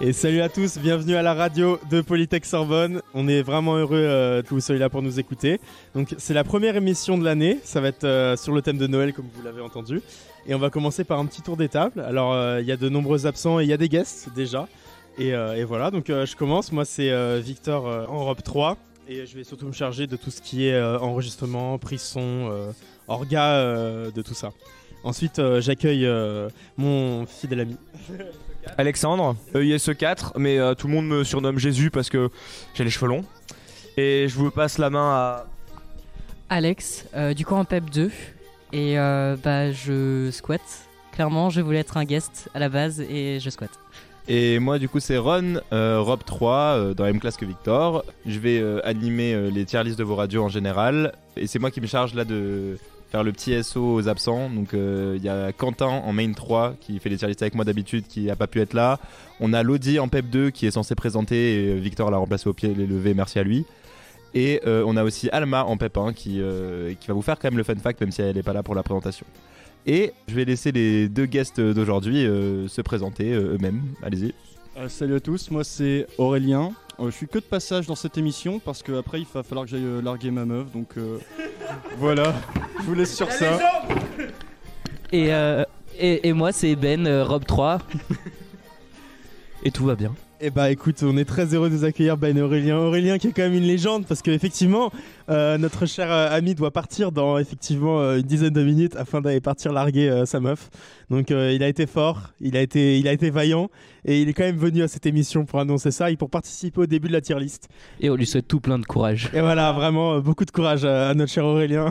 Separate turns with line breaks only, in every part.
Et salut à tous, bienvenue à la radio de Polytech Sorbonne. On est vraiment heureux euh, que vous soyez là pour nous écouter. Donc c'est la première émission de l'année, ça va être euh, sur le thème de Noël comme vous l'avez entendu. Et on va commencer par un petit tour des tables. Alors euh, il y a de nombreux absents et il y a des guests déjà. Et, euh, et voilà, donc euh, je commence. Moi c'est euh, Victor euh, en robe 3. Et je vais surtout me charger de tout ce qui est euh, enregistrement, prix son, euh, orga, euh, de tout ça. Ensuite euh, j'accueille euh, mon fidèle ami.
Alexandre, E EISE4, mais euh, tout le monde me surnomme Jésus parce que j'ai les cheveux longs. Et je vous passe la main à.
Alex, euh, du coup en PEP 2. Et euh, bah je squatte. Clairement, je voulais être un guest à la base et je squatte.
Et moi, du coup, c'est Ron, euh, Rob 3, euh, dans la même classe que Victor. Je vais euh, animer euh, les tier lists de vos radios en général. Et c'est moi qui me charge là de faire le petit SO aux absents. Donc, euh, il y a Quentin en main 3 qui fait les tier lists avec moi d'habitude, qui a pas pu être là. On a Lodi en PEP 2 qui est censé présenter. Et euh, Victor l'a remplacé au pied les levées, merci à lui. Et euh, on a aussi Alma en PEP 1 qui, euh, qui va vous faire quand même le fun fact, même si elle n'est pas là pour la présentation. Et je vais laisser les deux guests d'aujourd'hui euh, se présenter euh, eux-mêmes. Allez-y.
Euh, salut à tous, moi c'est Aurélien. Euh, je suis que de passage dans cette émission parce que après il va falloir que j'aille euh, larguer ma meuf donc euh, voilà, je vous laisse sur ça.
Et, euh, et, moi c'est Ben, Rob 3.
Et tout va bien.
Eh bah écoute, on est très heureux de vous accueillir Ben et Aurélien. Aurélien qui est quand même une légende parce que effectivement euh, notre cher euh, ami doit partir dans effectivement euh, une dizaine de minutes afin d'aller partir larguer euh, sa meuf. Donc euh, il a été fort, il a été, il a été vaillant et il est quand même venu à cette émission pour annoncer ça et pour participer au début de la tier list.
Et on lui souhaite tout plein de courage.
Et voilà, vraiment euh, beaucoup de courage à, à notre cher Aurélien.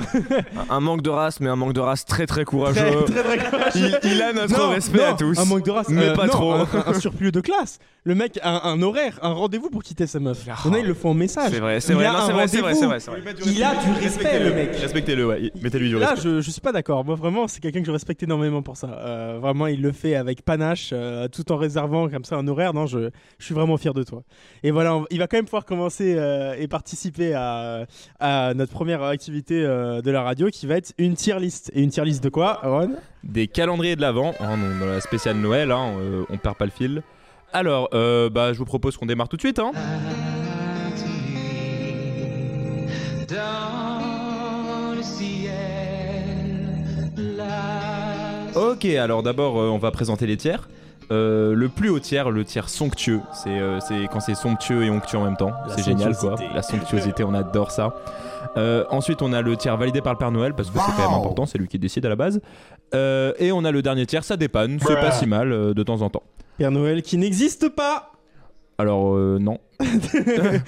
Un, un manque de race, mais un manque de race très très courageux.
très, très, très courageux.
Il, il a notre
Non,
respect
non,
à tous.
Un manque de race,
mais
euh,
pas
non,
trop.
Un, un- un surplus de classe. Le mec a un, un horaire, un rendez-vous pour quitter sa meuf. On a, il le fait en message.
C'est vrai, c'est
Il
vrai,
a
non,
un
c'est vrai, c'est vrai, c'est
rendez-vous.
vrai, c'est vrai.
Il a du respect, le mec.
Respectez-le, ouais. Mettez-lui du
Là,
respect.
je, je suis pas d'accord. Moi, vraiment, c'est quelqu'un que je respecte énormément pour ça. Euh, vraiment, il le fait avec panache, euh, tout en réservant comme ça un horaire. Non, je, je suis vraiment fier de toi. Et voilà, on- il va quand même pouvoir commencer euh, et participer à, à notre première activité euh, de la radio qui va être une tier list. Et une tier list de quoi, Ron
Des calendriers de l'avant. hein, donc dans la spéciale Noël, hein, euh, on perd pas le fil. Alors, euh, bah, je vous propose qu'on démarre tout de suite. Hein. Ok, alors d'abord, euh, on va présenter les tiers. Euh, le plus haut tiers, le tiers somptueux, c'est euh, c'est quand c'est somptueux et onctueux en même temps. C'est génial quoi. La somptuosité, on adore ça. Euh, ensuite, on a le tiers validé par le Père Noël parce que c'est quand même important, c'est lui qui décide à la base. Euh, et on a le dernier tiers, ça dépanne, c'est pas si mal euh, de temps en temps.
Père Noël qui n'existe pas
Alors euh, non.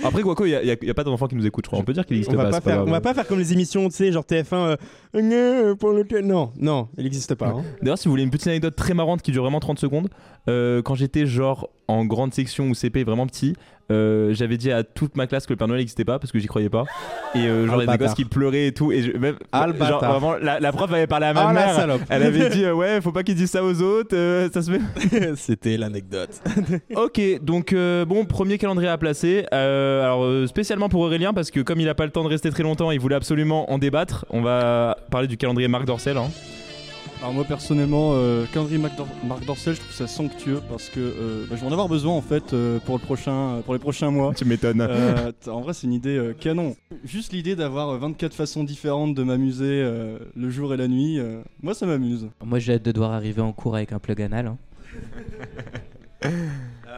Après quoi quoi, il y, a- y a pas d'enfant qui nous écoute, je crois. On peut dire qu'il
on
n'existe
va,
pas.
pas
c'est pas
faire,
grave.
on va pas faire comme les émissions, tu sais, genre TF1, euh, Gne, pour le thé- Non, non, il n'existe pas. hein.
D'ailleurs, si vous voulez une petite anecdote très marrante qui dure vraiment 30 secondes, euh, quand j'étais genre en grande section ou CP vraiment petit, euh, j'avais dit à toute ma classe que le Père Noël n'existait pas parce que j'y croyais pas. Et euh, genre, il y a des
bâtard.
gosses qui pleuraient et tout. Et je- même,
Ah, le
genre,
bâtard.
vraiment, la, la prof avait parlé à ma
Ah la
mère.
salope
Elle avait dit euh, ouais, faut pas qu'ils disent ça aux autres, euh, ça se fait.
C'était l'anecdote.
Ok, donc euh, bon, premier calendrier à placer. Euh, alors euh, spécialement pour Aurélien parce que comme il a pas le temps de rester très longtemps, il voulait absolument en débattre. On va parler du calendrier Marc Dorcel. hein.
Alors moi personnellement, euh, calendrier Marc Dor- Marc Dorcel, je trouve ça somptueux parce que euh, bah, je vais en avoir besoin en fait euh, pour le prochain, pour les prochains mois.
Oh, Tu m'étonnes.
Euh, t- en vrai, c'est une idée euh, canon. Juste l'idée d'avoir euh, 24 façons différentes de m'amuser euh, le jour et la nuit, euh, moi ça m'amuse.
Moi j'ai hâte de devoir arriver en cours avec un plug anal. hein.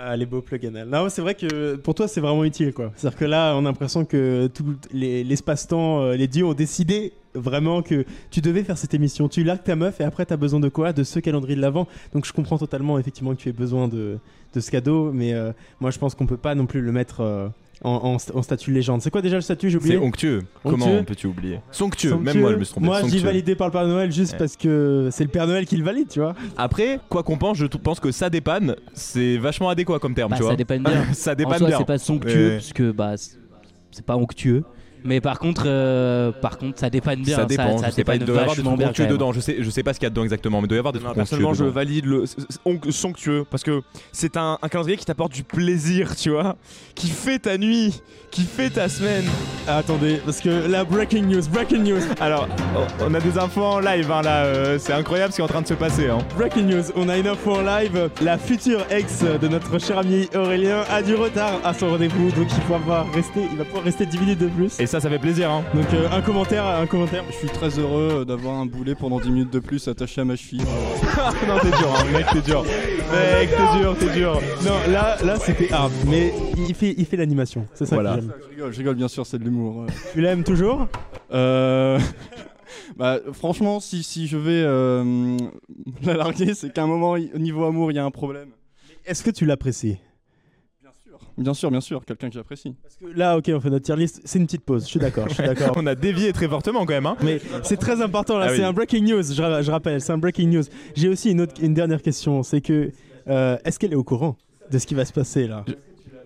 Ah, les beaux plug anal. Non, c'est vrai que pour toi, c'est vraiment utile, quoi. C'est-à-dire que là, on a l'impression que tout les- l'espace-temps, euh, les dieux ont décidé vraiment que tu devais faire cette émission. Tu largues ta meuf et après, t'as besoin de quoi De ce calendrier de l'avant. Donc, je comprends totalement, effectivement, que tu aies besoin de, de ce cadeau, mais euh, moi, je pense qu'on peut pas non plus le mettre euh, en, en st- en statut de légende. C'est quoi déjà le statut J'ai
C'est
oublié.
onctueux.
Onctueux.
Comment peux-tu oublier Sonctueux,
Somptueux.
même moi je me suis trompé.
Moi, je dis
somptueux.
validé par le Père Noël juste
Ouais.
parce que c'est le Père Noël qui le valide, tu vois.
Bah,
Après, quoi qu'on pense, je t- pense que ça dépanne, c'est vachement adéquat comme terme,
Bah,
tu
ça
vois.
dépanne bien.
ça
en
dépanne
soi
bien.
c'est pas somptueux
Ouais.
parce que bah c'est c'est pas onctueux.
Mais par contre, euh, par contre, ça dépanne bien.
ça dépend,
Ça,
je sais pas, il
dépanne
doit y avoir des
vachement
trucs
bien.
onctueux
quand même.
dedans, je sais, je sais pas ce qu'il y a dedans exactement, mais il doit y avoir des
Non,
trucs
personnellement, je
hein.
onctueux dedans.
valide le s- s- onc- somptueux parce que c'est un, un calendrier qui t'apporte du plaisir, tu vois, qui fait ta nuit, qui fait ta semaine.
attendez, parce que là, breaking news, breaking news,
Alors, on- on a des infos en live, hein, là. euh, c'est incroyable ce qui est en train de se passer. Hein.
breaking news. On a une info en live. La future ex de notre cher ami Aurélien a du retard à son rendez-vous, donc il, faut avoir resté, il va pouvoir rester 10 minutes de plus.
Et ça, ça fait plaisir. Hein.
Donc euh, un commentaire, un commentaire.
Je suis très heureux euh, d'avoir un boulet pendant 10 minutes de plus attaché à ma cheville.
non, t'es dur, hein, mec, t'es dur. Mec, t'es dur, t'es dur.
Non, là, là c'était hard, mais il fait, il fait l'animation. C'est ça
Voilà.
que j'aime.
Je rigole, je rigole, bien sûr, c'est de l'humour. euh. ouais.
Tu l'aimes toujours
Euh, bah, franchement, si, si je vais euh, la larguer, c'est qu'à un moment, il- niveau amour, il y a un problème.
Est-ce que tu l'apprécies
Bien sûr, bien sûr, quelqu'un que j'apprécie.
Parce que là, ok, on fait notre tier list. C'est une petite pause. Je suis d'accord, je suis d'accord.
On a dévié très fortement quand même. Hein.
Mais c'est très important là,
Ah
c'est
oui.
un breaking news, je, ra- je rappelle, c'est un breaking news. J'ai aussi une, autre, une dernière question, c'est que euh, est-ce qu'elle est au courant de ce qui va se passer là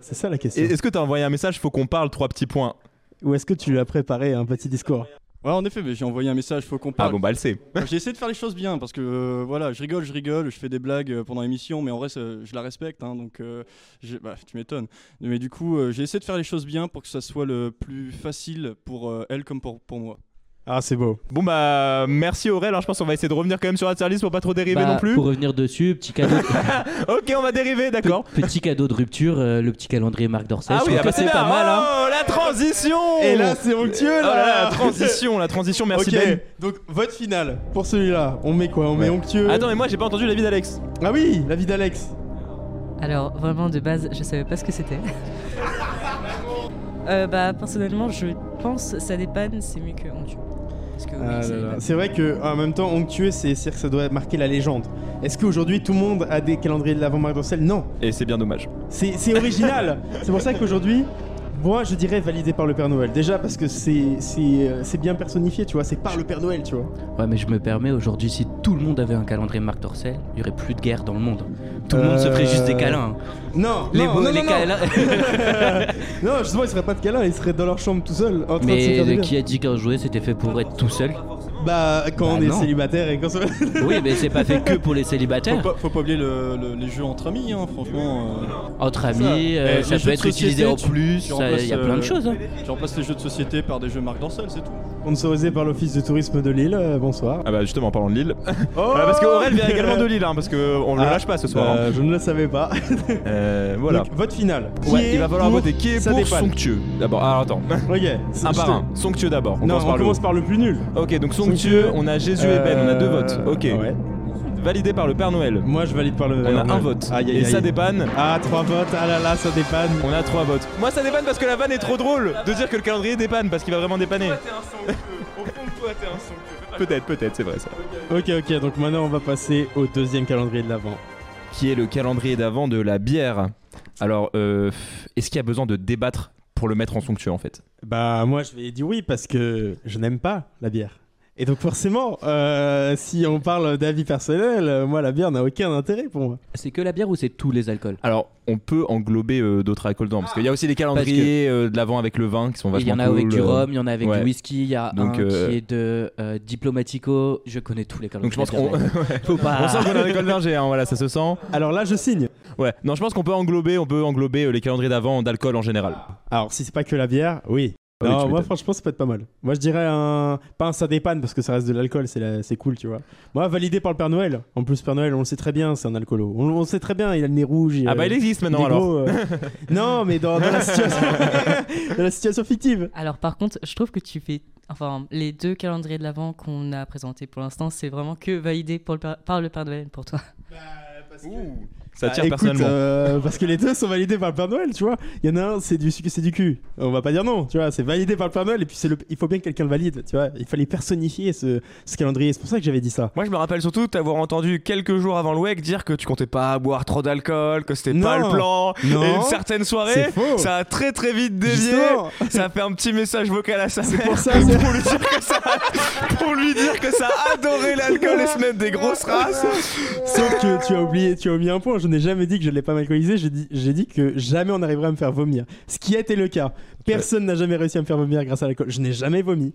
C'est ça la question.
Et- Est-ce que t'as envoyé un message Faut qu'on parle trois petits points.
Ou est-ce que tu lui as préparé un petit discours
Ouais, en effet, mais j'ai envoyé un message, faut qu'on
Ah
parle.
bon, bah elle sait.
J'ai essayé de faire les choses bien parce que euh, voilà, je rigole, je rigole, je fais des blagues euh, pendant l'émission, mais en vrai, ça- je la respecte, hein, donc euh, j'ai- bah, tu m'étonnes. Mais du coup, euh, j'ai essayé de faire les choses bien pour que ça soit le plus facile pour euh, elle comme pour, pour moi.
Ah, c'est beau.
Bon, bah, merci Aurel. hein, Je pense qu'on va essayer de revenir quand même sur la tier list pour pas trop dériver
Bah,
non plus.
Pour revenir dessus, petit cadeau,
Ok, on va dériver, d'accord.
petit cadeau de rupture, euh, le petit calendrier Marc Dorcel.
Ah
je
oui,
trouve
ah
que
bah,
c'est
bien.
pas mal. Hein.
Oh, la transition
Et là, c'est onctueux
Oh
là,
là là, la transition, la transition,
Ah,
merci
Ok,
Ben.
donc vote final pour celui-là. On met quoi On met
Ouais.
onctueux
Attends, mais moi j'ai pas entendu l'avis d'Alex.
Ah oui, la vie d'Alex
Alors, vraiment, de base, je savais pas ce que c'était. Euh, bah, personnellement, je pense ça dépanne, c'est mieux que on tue. Parce que oui,
Ah
ça
là là.
dépanne.
C'est vrai que en même temps, onctueux, c'est c'est-à-dire que ça doit marquer la légende. Est-ce qu'aujourd'hui tout le monde a des calendriers de l'avant Marc Dorcel Non
Et c'est bien dommage.
C'est c'est original. c'est pour ça qu'aujourd'hui, moi, je dirais validé par le Père Noël. Déjà parce que c'est c'est euh, c'est bien personnifié, tu vois. C'est par le Père Noël, tu vois.
Ouais, mais je me permets, aujourd'hui, si tout le monde avait un calendrier Marc Dorcel, il y aurait plus de guerre dans le monde. Tout le monde se ferait juste des
Euh,
câlins.
Non,
Les
non,
beaux-
non,
les
non,
câlins.
non. non, justement, ils seraient pas de câlin, ils seraient dans leur chambre tout seuls, en train de se
Mais
faire du bien.
qui a dit qu'un jouet c'était fait pour être tout seul
Bah, quand
Bah,
on est
non.
célibataire et quand on...
Oui, mais c'est pas fait que pour les
Faut
célibataires.
pas, faut pas oublier le- le- les jeux entre amis, hein, franchement. euh.
Entre
C'est ça.
amis, euh,
Eh, les
ça peut
jeux de
être utilisé
société,
en
tu-
plus,
tu
il
remplaces,
y a plein de
euh,
choses. hein.
Tu remplaces les jeux de société par des jeux Marc Dorcel, c'est tout.
Sponsorisé par l'Office de tourisme de Lille, euh, bonsoir. Oh
Ah bah justement, en parlant de Lille.
Voilà, Ah, parce que Aurel vient également de Lille, hein, parce qu'on le
Ah,
lâche pas ce soir.
bah,
hein.
Euh, je ne le savais pas.
Euh, voilà.
Donc, vote final. Qui
Ouais,
est
il va falloir
pour-
voter qui est
ça
pour
dépanne.
somptueux d'abord. Alors attends,
Ok,
un par un. Somptueux d'abord. On
non,
commence par
on
le
commence par le plus nul.
haut. Ok, donc somptueux, on a Jésus et Ben, on a deux
Euh,
votes. Ok.
ouais.
Validé par le Père Noël.
Moi, je valide par le.
On a un vote.
Aïe, aïe,
Et ça
aïe.
dépanne.
Ah, trois votes, ah là là, ça dépanne.
On a trois votes. Moi ça dépanne parce que la vanne est trop drôle de dire que le calendrier dépanne parce qu'il va vraiment dépanner. Peut-être, peut-être, c'est vrai ça.
Ok, ok, donc maintenant on va passer au deuxième calendrier de l'avant.
Qui est le calendrier d'avant de la bière Alors, euh, est-ce qu'il y a besoin de débattre pour le mettre en somptueux en fait
Bah, moi je vais dire oui parce que je n'aime pas la bière. Et donc, forcément, euh, si on parle d'avis personnel, euh, moi la bière n'a aucun intérêt pour moi.
C'est que la bière ou c'est tous les alcools
Alors, on peut englober euh, d'autres alcools dedans, parce qu'il y a aussi des calendriers euh, de l'avant avec le vin qui sont
Ah, Il
vachement
y en a
cool,
avec du
euh,
rhum, il y en a avec
ouais.
du whisky, il y a
Donc,
un
euh,
qui est de euh, Diplomatico. Je connais tous les
Donc
calendriers.
je pense
de la
qu'on
bière. Faut
on
pas.
sent qu'on a un école d'ingé, hein, voilà, ça se sent.
Alors là, je signe.
Ouais, non, je pense qu'on peut englober, on peut englober euh, les calendriers d'avant d'alcool en général.
Euh,
Alors, si c'est pas que la bière, oui.
Ah oui,
non,
tu
moi
m'étonnes.
franchement, ça peut être pas mal. Moi je dirais un. Pas un ça dépanne parce que ça reste de l'alcool, c'est la- c'est cool, tu vois. Moi, validé par le Père Noël. En plus, Père Noël, on le sait très bien, c'est un alcoolo. On, on le sait très bien, il a le nez rouge. il a-
Ah bah il existe
il est
maintenant alors.
gros, euh. non, mais dans, dans la situation... dans la situation fictive.
Alors, par contre, je trouve que tu fais. Enfin, les deux calendriers de l'avant qu'on a présentés pour l'instant, c'est vraiment que validé pour le Père- par le Père Noël pour toi.
Bah,
Ah,
Ça tire
Bah, écoute,
personnellement.
euh, parce que les deux sont validés par le Père Noël, tu vois. Il y en a un, c'est du, c'est du cul. On va pas dire non, tu vois. C'est validé par le Père Noël et puis c'est le, il faut bien que quelqu'un le valide, tu vois. Il fallait personnifier ce, ce calendrier. C'est pour ça que j'avais dit ça.
Moi, je me rappelle surtout t'avoir entendu quelques jours avant le WEC dire que tu comptais pas boire trop d'alcool, que c'était pas
Non.
le plan.
Non.
Et une certaine soirée,
C'est faux.
ça a très très vite dévié.
Justement.
Ça a fait un petit message vocal à sa mère
Pour ça, c'est-
pour lui dire que ça, pour lui dire que ça adorait l'alcool et se mettre des grosses races.
Sauf que tu as oublié, tu as oublié un point. je n'ai jamais dit que je l'ai pas mal alcoolisé, j'ai dit, j'ai dit que jamais on arriverait à me faire vomir. Ce qui a été le cas. Personne n'a jamais réussi à me faire vomir grâce à l'alcool. Je n'ai jamais vomi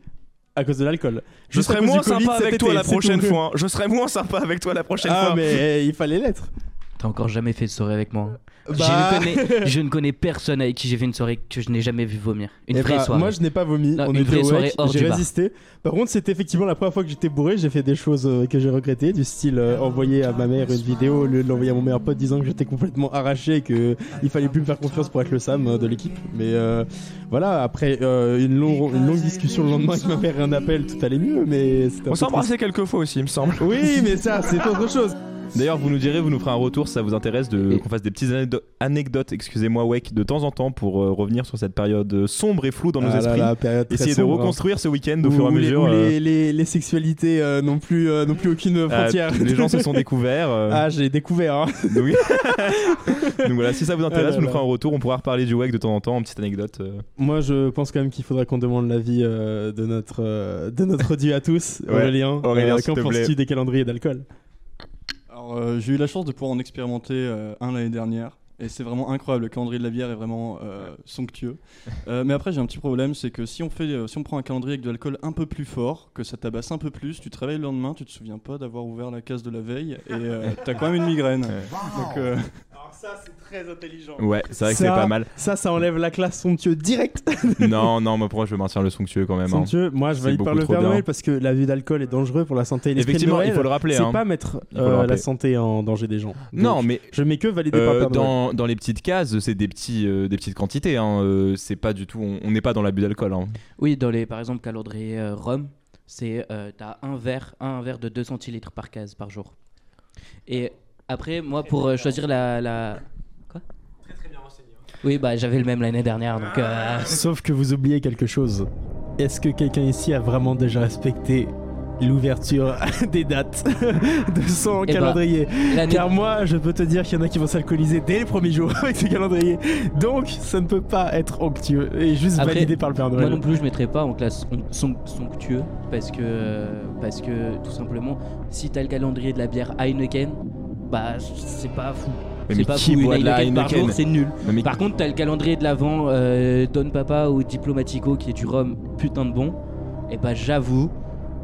à cause de l'alcool.
Je
Juste à
serai
cause
moins
du Covid
sympa
cet
avec toi
été,
la
c'est
prochaine
tout.
fois. hein. Je serai moins sympa avec toi la prochaine
Ah,
fois.
mais eh, il fallait l'être.
T'as encore jamais fait de soirée avec moi. Je,
Bah.
ne connais, je ne connais personne avec qui j'ai fait une soirée que je n'ai jamais vu vomir. Une
Eh
vraie
bah,
soirée.
Moi, je n'ai pas vomi.
Non,
on
une
était
vraie
au
soirée
WEC,
hors
J'ai
du bar.
résisté. Par contre, c'était effectivement la première fois que j'étais bourré. J'ai fait des choses euh, que j'ai regrettées, du style euh, envoyer à ma mère une vidéo au lieu de l'envoyer à mon meilleur pote disant que j'étais complètement arraché et que
Ah,
il fallait plus me faire confiance pour être le Sam euh, de l'équipe. Mais euh, voilà, après euh, une, longue une longue discussion le lendemain avec ma mère et un appel, tout allait mieux. Mais c'était un
On
peu
s'est
triste.
embrassé quelques fois aussi, il me semble.
Oui, mais ça, c'est autre chose.
D'ailleurs, vous nous direz, vous nous ferez un retour si ça vous intéresse de,
Et-
qu'on fasse des petites anecdo- anecdotes, excusez-moi, Wake, de temps en temps pour euh, revenir sur cette période euh, sombre et floue dans nos
Ah là
esprits.
là, période très
Essayer
sombre,
de reconstruire ce week-end
hein.
au fur et à
Où les-
mesure.
où les,
euh,
les- les sexualités euh, n'ont plus, euh, n'ont plus aucune
euh,
frontière.
les gens se sont découverts. euh,
Ah, j'ai découvert. hein.
donc... donc voilà, si ça vous
Ah
intéresse,
là
vous nous
là.
ferez un retour. On pourra reparler du Wake de temps en temps, en petite anecdote. euh.
Moi, je pense quand même qu'il faudrait qu'on demande l'avis euh, de notre euh, de notre dieu à tous,
Ouais.
Aurélien. Euh,
Aurélien, s'il
qu'en
te plaît.
penses-tu des calendriers d'alcool
Alors, euh, j'ai eu la chance de pouvoir en expérimenter euh, un l'année dernière. Et c'est vraiment incroyable, le calendrier de la bière est vraiment euh, somptueux. Euh, mais après j'ai un petit problème, c'est que si on, fait, euh, si on prend un calendrier avec de l'alcool un peu plus fort, que ça tabasse un peu plus, tu te réveilles le lendemain, tu te souviens pas d'avoir ouvert la case de la veille et euh, t'as quand même une migraine. Donc, euh,
Alors Ah, ça, c'est très intelligent.
Ouais, c'est vrai que c'est
Ça-
pas mal.
Ça, ça enlève la classe somptueux direct.
non, non, moi pour moi je vais maintenir le somptueux quand même. hein.
somptueux. Moi, je
C'est
valide par
beaucoup
le
trop
Père
bien.
Noël parce que la vue d'alcool est dangereux pour la santé. et l'esprit de
Effectivement, il
Noël,
faut le rappeler.
C'est
hein.
pas mettre
Il faut le
euh, la
rappeler.
santé en danger des gens. Donc,
Non, mais
je mets que valider
Euh,
par le Père Noël.
dans, dans les petites cases, c'est des, petits, euh, des petites quantités. hein, euh, c'est pas du tout. On on n'est pas dans l'abus d'alcool. hein.
Oui, dans les, par exemple, calendrier euh, rhum, c'est euh, t'as un verre, un verre de 2 centilitres par case par jour. Et après, moi, pour euh, choisir la, la- Quoi Très très bien renseigné. Oui, bah j'avais le même l'année dernière, donc... euh,
Sauf que vous oubliez quelque chose. Est-ce que quelqu'un ici a vraiment déjà respecté l'ouverture des dates de son
Eh ben,
calendrier
l'année-
Car moi, je peux te dire qu'il y en a qui vont s'alcooliser dès les premiers jours avec ce calendrier. Donc, ça ne peut pas être onctueux et juste
Après,
validé par le Père
Moi
Noël.
non plus, je mettrais pas en classe on- som- somptueux parce que euh, parce que tout simplement, si t'as le calendrier de la bière Heineken, bah c'est pas fou.
Mais,
C'est
mais
pas
qui
fou. Une
boit de la
Heineken par
Heineken
jour, c'est nul.
Non, mais
Par contre, t'as le calendrier de l'avant euh, Don Papa ou Diplomatico qui est du rhum putain de bon. Et bah j'avoue,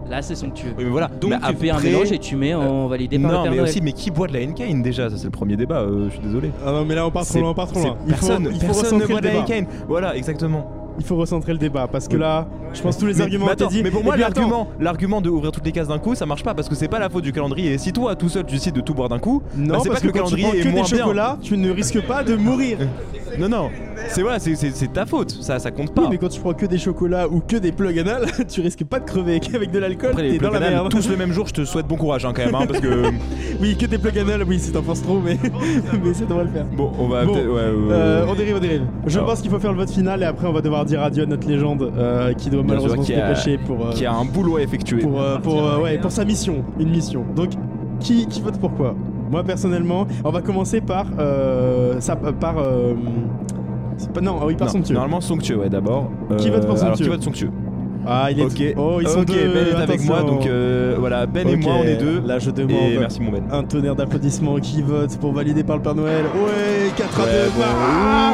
là c'est somptueux.
Oui, mais voilà.
Donc
Mais
tu fais un
après-
mélange et tu mets en validé par le
euh, Non,
Père
mais
Noël.
aussi, mais qui boit de la Heineken déjà Ça, c'est le premier débat. euh, je suis désolé.
Ah non, mais là, on part trop
C'est-
loin, on part trop
c'est-
loin. Il faut-
Personne,
il faut
personne ne
recentrer le
boit de la
débat.
Heineken. Voilà, exactement.
Il faut recentrer le débat parce que là, je pense tous les
Mais-
arguments
mais,
ont été
attends,
dit.
mais
Et
pour moi,
puis, attends,
l'argument, l'argument de ouvrir toutes les cases d'un coup, ça marche pas parce que c'est pas la faute du calendrier. Et si toi, tout seul, tu décides de tout boire d'un coup,
Non,
bah, c'est
parce
pas que le
quand tu
calendrier
prends
est
que
moins
des
bien.
chocolats, tu ne risques pas de mourir.
non, non, c'est voilà, c'est- c'est c'est ta faute. Ça, ça compte pas.
Oui, mais quand tu prends que des chocolats ou que des plugs anal, tu risques pas de crever. Avec de l'alcool,
Après,
t'es
les
dans la
Plug Anal,
merde.
tous le même jour, je te souhaite bon courage hein, quand même, hein, parce que
Oui, que des plugs anal, oui, si t'en penses trop, mais, mais ça devrait le faire.
bon, on va
Bon,
peut-être- ouais, ouais, ouais.
Euh, on dérive, on dérive. Je
Alors.
pense qu'il faut faire le vote final et après on va devoir dire adieu à notre légende euh, qui doit malheureusement
sûr, qui
se
a-
dépêcher pour, euh,
qui a un boulot à effectuer.
pour, euh, pour, euh, ouais, pour sa mission, une mission. Donc qui, qui vote pourquoi Moi personnellement, on va commencer par euh, ça, par euh, c'est pas- non, ah oui par
Non,
somptueux.
Normalement somptueux, ouais, d'abord.
Qui
Euh,
vote pour
Alors,
somptueux
qui vote somptueux
Ah il est
Ok.
oh ils sont
Ok,
deux.
Ben est avec
attention.
moi, donc euh, voilà, Ben et
Ok,
moi, on est deux.
Là je demande.
Et merci mon Ben.
Un tonnerre d'applaudissements qui vote pour valider par le Père Noël. Ouais, 4 à 2.
Ouais, bon.
Ah,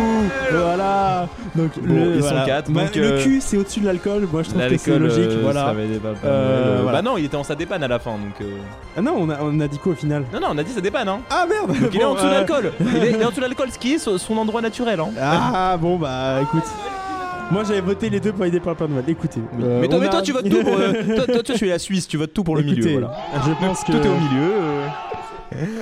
voilà. Donc
Bon,
le,
ils sont
voilà.
quatre,
Bah,
donc,
Le
euh,
cul, c'est au-dessus de l'alcool. Moi, je trouve que c'est logique.
euh, ça
voilà.
avait des balles pas
Euh,
mal.
voilà.
Bah non, il était en sa dépanne à la fin, donc. euh,
Ah non, on a, on a dit quoi au final
Non, non, on a dit ça dépanne, hein.
Ah merde.
Donc il est
Bon,
en dessous
euh,
de l'alcool. Il est, il est en dessous de l'alcool, ce qui est son son endroit naturel, hein.
Ah bon bah écoute. Moi, j'avais voté les deux pour valider par le Père Noël. Écoutez. euh,
mais toi,
on
mais
a-
toi, tu votes tout pour. euh, toi, toi, toi, tu es la Suisse, tu votes tout pour le
Écoutez,
milieu, voilà.
Je pense que
Tout est au milieu. euh.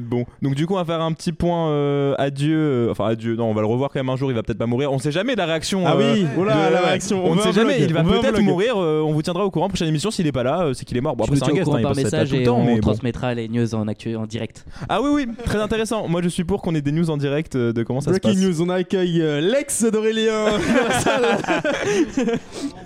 Bon, donc du coup, on va faire un petit point euh, adieu. euh, Enfin, adieu. Non, on va le revoir quand même un jour. Il va peut-être pas mourir. On sait jamais de la réaction.
Ah
euh,
oui, oh là,
de-
la
ouais.
réaction.
On ne
veut un
sait jamais.
vlog,
Il va
on veut un
peut-être
vlog.
mourir. euh, on vous tiendra au courant. Prochaine émission, s'il est pas là, euh, c'est qu'il est mort. Bon,
Tu
après,
nous
c'est un
tiens au
guest.
courant
hein, il
par
peut s'être là
message
tout le
et
temps,
on
mais bon.
transmettra les news en, actu- en direct.
Ah oui, oui, très intéressant. Moi, je suis pour qu'on ait des news en direct euh, de comment ça
Breaking
se passe.
news, on accueille euh, l'ex d'Aurélien.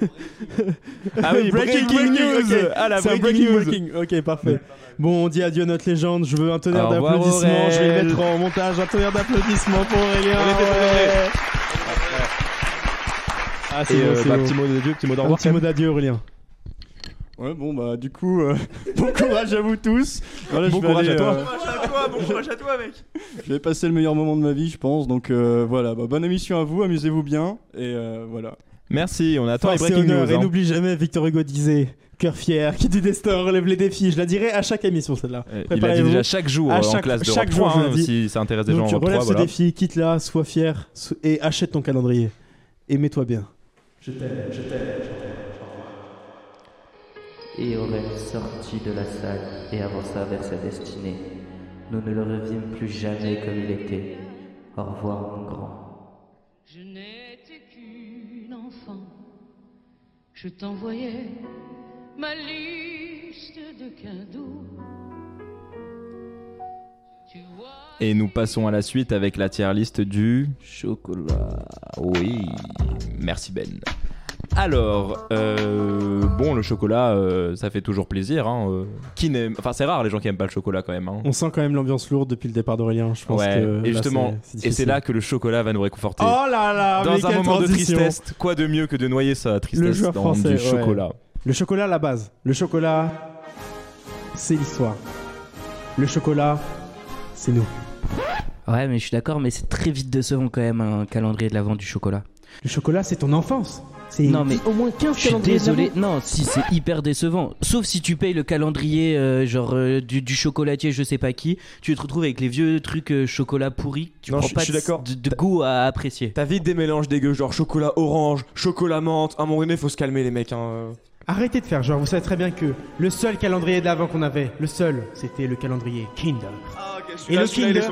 Ah oui, breaking, news.
ok.
Ah la
C'est un
breaking,
breaking,
news.
breaking. Ok, parfait. Bon, on dit adieu à notre légende. Je veux un tonnerre
Au revoir,
d'applaudissements. Je vais
Aurel.
mettre en montage un tonnerre d'applaudissements pour Aurélien.
On était pas
ouais.
prêts.
Ah, c'est
Et
bon,
euh,
c'est
bah,
Ah, bon.
euh, petit mot d'adieu, petit mot d'au
Un
revoir.
petit mot d'adieu, Aurélien.
Ouais, bon, bah, du coup, euh, bon courage à vous tous. Voilà,
Bon
je vais
courage
aller,
à toi.
euh,
à toi, bon courage à toi, mec.
je vais passer le meilleur moment de ma vie, je pense. Donc, euh, voilà, bah, bonne émission à vous, amusez-vous bien. Et euh, voilà.
Merci, on attend les
Force et
breaking
honneur,
news.
et
hein.
n'oublie jamais, Victor Hugo disait Cœur fier, qui dit des stores relève les défis. Je la dirai à chaque émission, celle-là.
Euh, Il a dit
Préparez-vous.
déjà chaque jour
À
euh, en
chaque-
classe de
chaque
Europe
jour, je
3,
le
hein,
dis.
si ça intéresse des gens
Donc,
en Europe
relève
3,
ce
voilà.
défi, quitte-la, sois fier so- et achète ton calendrier. Et mets-toi bien.
Et Aurel sortit de la salle et avança vers sa destinée. Nous ne le revîmes plus jamais comme il était. Au revoir, mon grand.
Je n'étais qu'une enfant. Je t'envoyais ma liste de cadeaux. Tu vois.
Et nous passons à la suite avec la tier list du.
Chocolat.
Oui, merci Ben. Alors, euh, bon, le chocolat, euh, ça fait toujours plaisir. hein, euh, qui n'aime, enfin, c'est rare les gens qui aiment pas le chocolat quand même. hein.
On sent quand même l'ambiance lourde depuis le départ d'Aurélien, je pense.
Ouais,
que, là,
et justement,
c'est-
et c'est
difficile.
là que le chocolat va nous réconforter.
Oh là là, mais
dans un
quelle
moment de
transition.
tristesse, quoi de mieux que de noyer sa
Le
tristesse
joueur
dans
français,
du
ouais.
chocolat
Le chocolat à la base. Le chocolat, c'est l'histoire. Le chocolat, c'est nous.
Ouais, mais je suis d'accord, mais c'est très vite décevant quand même un calendrier de l'avant du chocolat.
Le chocolat, c'est ton enfance. C'est
Non, mais
au moins 15
Je suis
calendriers de
désolé,
l'avant.
non, si c'est hyper décevant. Sauf si tu payes le calendrier euh, genre euh, du, du chocolatier, je sais pas qui, tu te retrouves avec les vieux trucs euh, chocolat pourri, tu
Non,
prends
je-
pas
je suis
de-
d'accord.
de, de goût à apprécier.
T'as vite des mélanges dégueux, genre chocolat orange, chocolat menthe. À un moment donné, faut se calmer, les mecs. Hein.
Arrêtez de faire genre, vous savez très bien que le seul calendrier de l'avant qu'on avait, le seul, c'était le calendrier Kinder. Et le Kinder,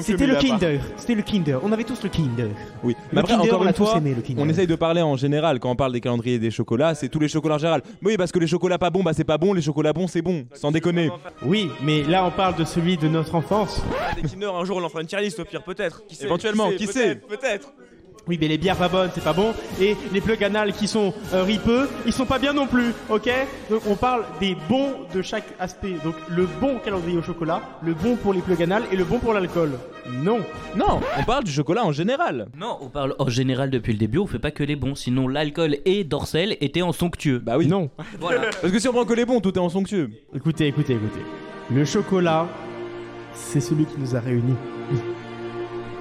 c'était le Kinder, c'était le Kinder. On avait tous le Kinder.
Oui.
Le
Mais après,
Kinder,
encore
on
une
a tous
fois,
aimé le Kinder.
on essaye de parler en général quand on parle des calendriers et des chocolats, c'est tous les chocolats en général. Mais oui, parce que les chocolats pas bons, bah c'est pas bon, les chocolats bons, c'est bon, sans déconner.
Oui, mais là, on parle de celui de notre enfance.
Des Kinder, un jour, on en fera une tier list, au pire, peut-être. Qui sait,
Éventuellement, qui sait
Peut-être.
Oui, mais les bières pas bonnes, c'est pas bon. Et les plugs anales qui sont euh, ripeux, ils sont pas bien non plus, ok Donc on parle des bons de chaque aspect. Donc le bon calendrier au chocolat, le bon pour les plugs anales et le bon pour l'alcool. Non.
Non, on parle du chocolat en général.
Non, on parle en général depuis le début, on fait pas que les bons, sinon l'alcool et Dorsel étaient en somptueux.
Bah oui.
Non.
Voilà.
Parce que si on prend que les bons, tout est en somptueux.
Écoutez, écoutez, écoutez. Le chocolat, c'est celui qui nous a réunis.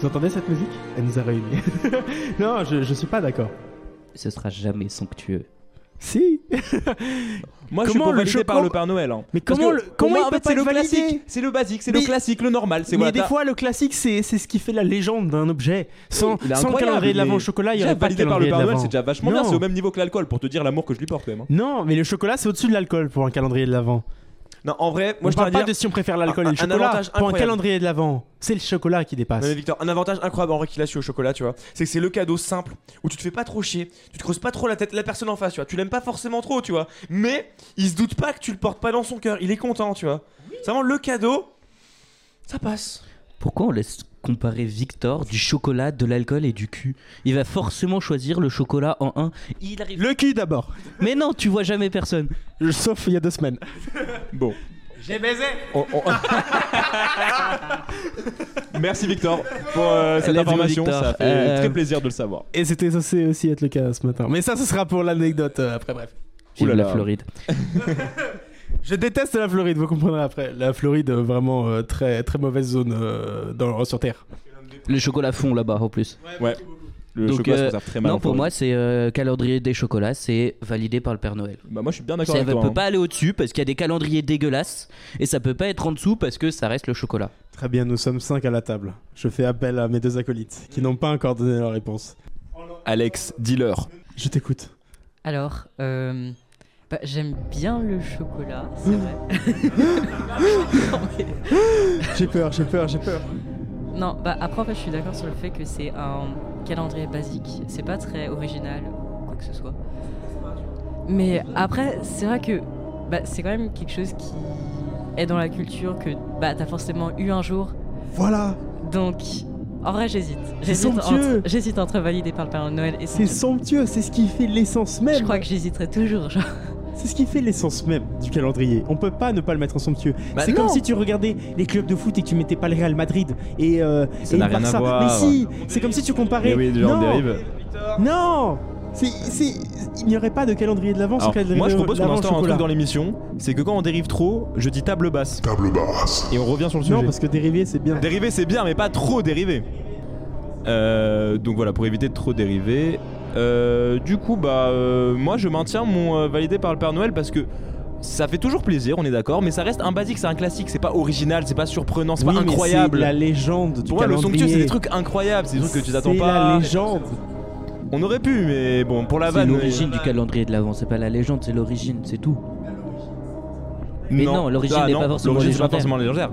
Vous entendez cette musique Elle nous a réunis. non, je, je suis pas d'accord.
Ce sera jamais somptueux.
Si.
Moi,
Comment
je suis pas
le
validé
chocolat-
par le Père Noël. hein.
Mais
Parce
comment
que
le-
pour
comment
moi,
il
en
peut
fait,
pas
c'est
être
le
validé
classique, c'est le basique, c'est le
Mais-
classique, le normal. C'est
Mais
voilà,
des
t'as-
fois, le classique, c'est c'est ce qui fait la légende d'un objet. Sans,
il est
sans le
incroyable,
calendrier de l'avant
il est-
au chocolat, il y
déjà
aurait pas de
validé par le
calendrier
Père
de
Noël,
l'Avent.
c'est déjà vachement bien.
Non.
C'est au même niveau que l'alcool, pour te dire l'amour que je lui porte quand même. hein.
Non, mais le chocolat, c'est au-dessus de l'alcool pour un calendrier de l'avant.
Non, en vrai,
Moi, je
moi, je tiens
parle
à
pas
dire.
de si on préfère l'alcool
un-
et le
un
chocolat.
avantage
Pour un
incroyable.
calendrier de l'avant, c'est le chocolat qui dépasse.
Non mais Victor, un avantage incroyable en vrai qu'il a su au chocolat, tu vois, c'est que c'est le cadeau simple où tu te fais pas trop chier, tu te creuses pas trop la tête, la personne en face, tu vois, tu l'aimes pas forcément trop, tu vois, mais il se doute pas que tu le portes pas dans son cœur, il est content, tu vois. C'est vraiment le cadeau, ça passe.
Pourquoi on laisse comparer Victor du chocolat, de l'alcool et du cul Il va forcément choisir le chocolat en un. Il arrive.
Le cul d'abord.
Mais non, tu vois jamais personne.
Sauf il y a deux semaines.
Bon. J'ai baisé. Merci Victor pour euh, cette
Let's go,
information.
Victor.
Ça fait
Euh,
très plaisir de le savoir.
Et c'était censé aussi être le cas ce matin. Mais ça, ce sera pour l'anecdote euh, après, bref.
Vive
Ouh là
la
là.
Floride.
Je déteste la Floride, vous comprendrez après. La Floride, euh, vraiment euh, très très mauvaise zone euh, dans, sur Terre.
Le chocolat fond là-bas en plus.
Ouais. Le
Donc,
chocolat se
euh,
conserve très mal. en
Non, pour
Floride.
moi, c'est euh, calendrier des chocolats, c'est validé par le Père Noël.
Bah, moi, je suis bien d'accord
Ça
avec
ne
toi.
peut
hein.
pas aller au-dessus parce qu'il y a des calendriers dégueulasses et ça peut pas être en dessous parce que ça reste le chocolat.
Très bien, nous sommes cinq à la table. Je fais appel à mes deux acolytes qui n'ont pas encore donné leur réponse.
Alex, dealer.
Je t'écoute.
Alors, euh, bah, j'aime bien le chocolat, c'est
Mmh.
vrai.
J'ai peur, j'ai peur, j'ai peur.
Non, bah après en fait, je suis d'accord sur le fait que c'est un calendrier basique, c'est pas très original ou quoi que ce soit. Mais après, c'est vrai que bah, c'est quand même quelque chose qui est dans la culture que bah t'as forcément eu un jour.
Voilà,
Donc en vrai, j'hésite. J'hésite
somptueux.
entre, j'hésite entre validé par le Père Noël et
c'est
somptueux.
somptueux, c'est ce qui fait l'essence même.
Je crois que j'hésiterai toujours. Genre.
C'est ce qui fait l'essence même du calendrier. On peut pas ne pas le mettre en somptueux.
Bah
c'est
non.
comme si tu regardais les clubs de foot et que tu mettais pas le Real Madrid et, euh,
Ça
et
n'a
le
rien à
Barça.
voir.
Ah,
Mais si, c'est comme si tu comparais.
Mais oui, déjà, on
non,
dérive.
non,
C'est- c'est- Il n'y aurait pas de calendrier de l'avance
Alors, moi je propose qu'on instaure un truc dans
les
l'émission, c'est que quand on dérive trop, je dis table basse. Table basse. Et on revient sur le sujet.
Non, parce que dérivé, c'est bien.
Dériver c'est bien, mais pas trop dériver. Euh, donc voilà, pour éviter de trop dériver. Euh, du coup, bah, euh, moi je maintiens mon euh, validé par le Père Noël parce que ça fait toujours plaisir, on est d'accord, mais ça reste un basique, c'est un classique, c'est pas original, c'est pas surprenant, c'est
Oui,
pas
mais
incroyable.
c'est La légende du
Pour moi, le
calendrier.
somptueux, c'est des trucs incroyables, c'est des trucs que tu t'attends pas.
la légende.
On aurait pu, Ah bah, mais bon, pour la
C'est
vanne. euh,
l'origine du calendrier de l'avant, c'est pas la légende, c'est l'origine, c'est tout. Mais non, l'origine
Ah,
n'est
non,
pas forcément
l'origine, c'est pas
légendaire.
forcément légendaire.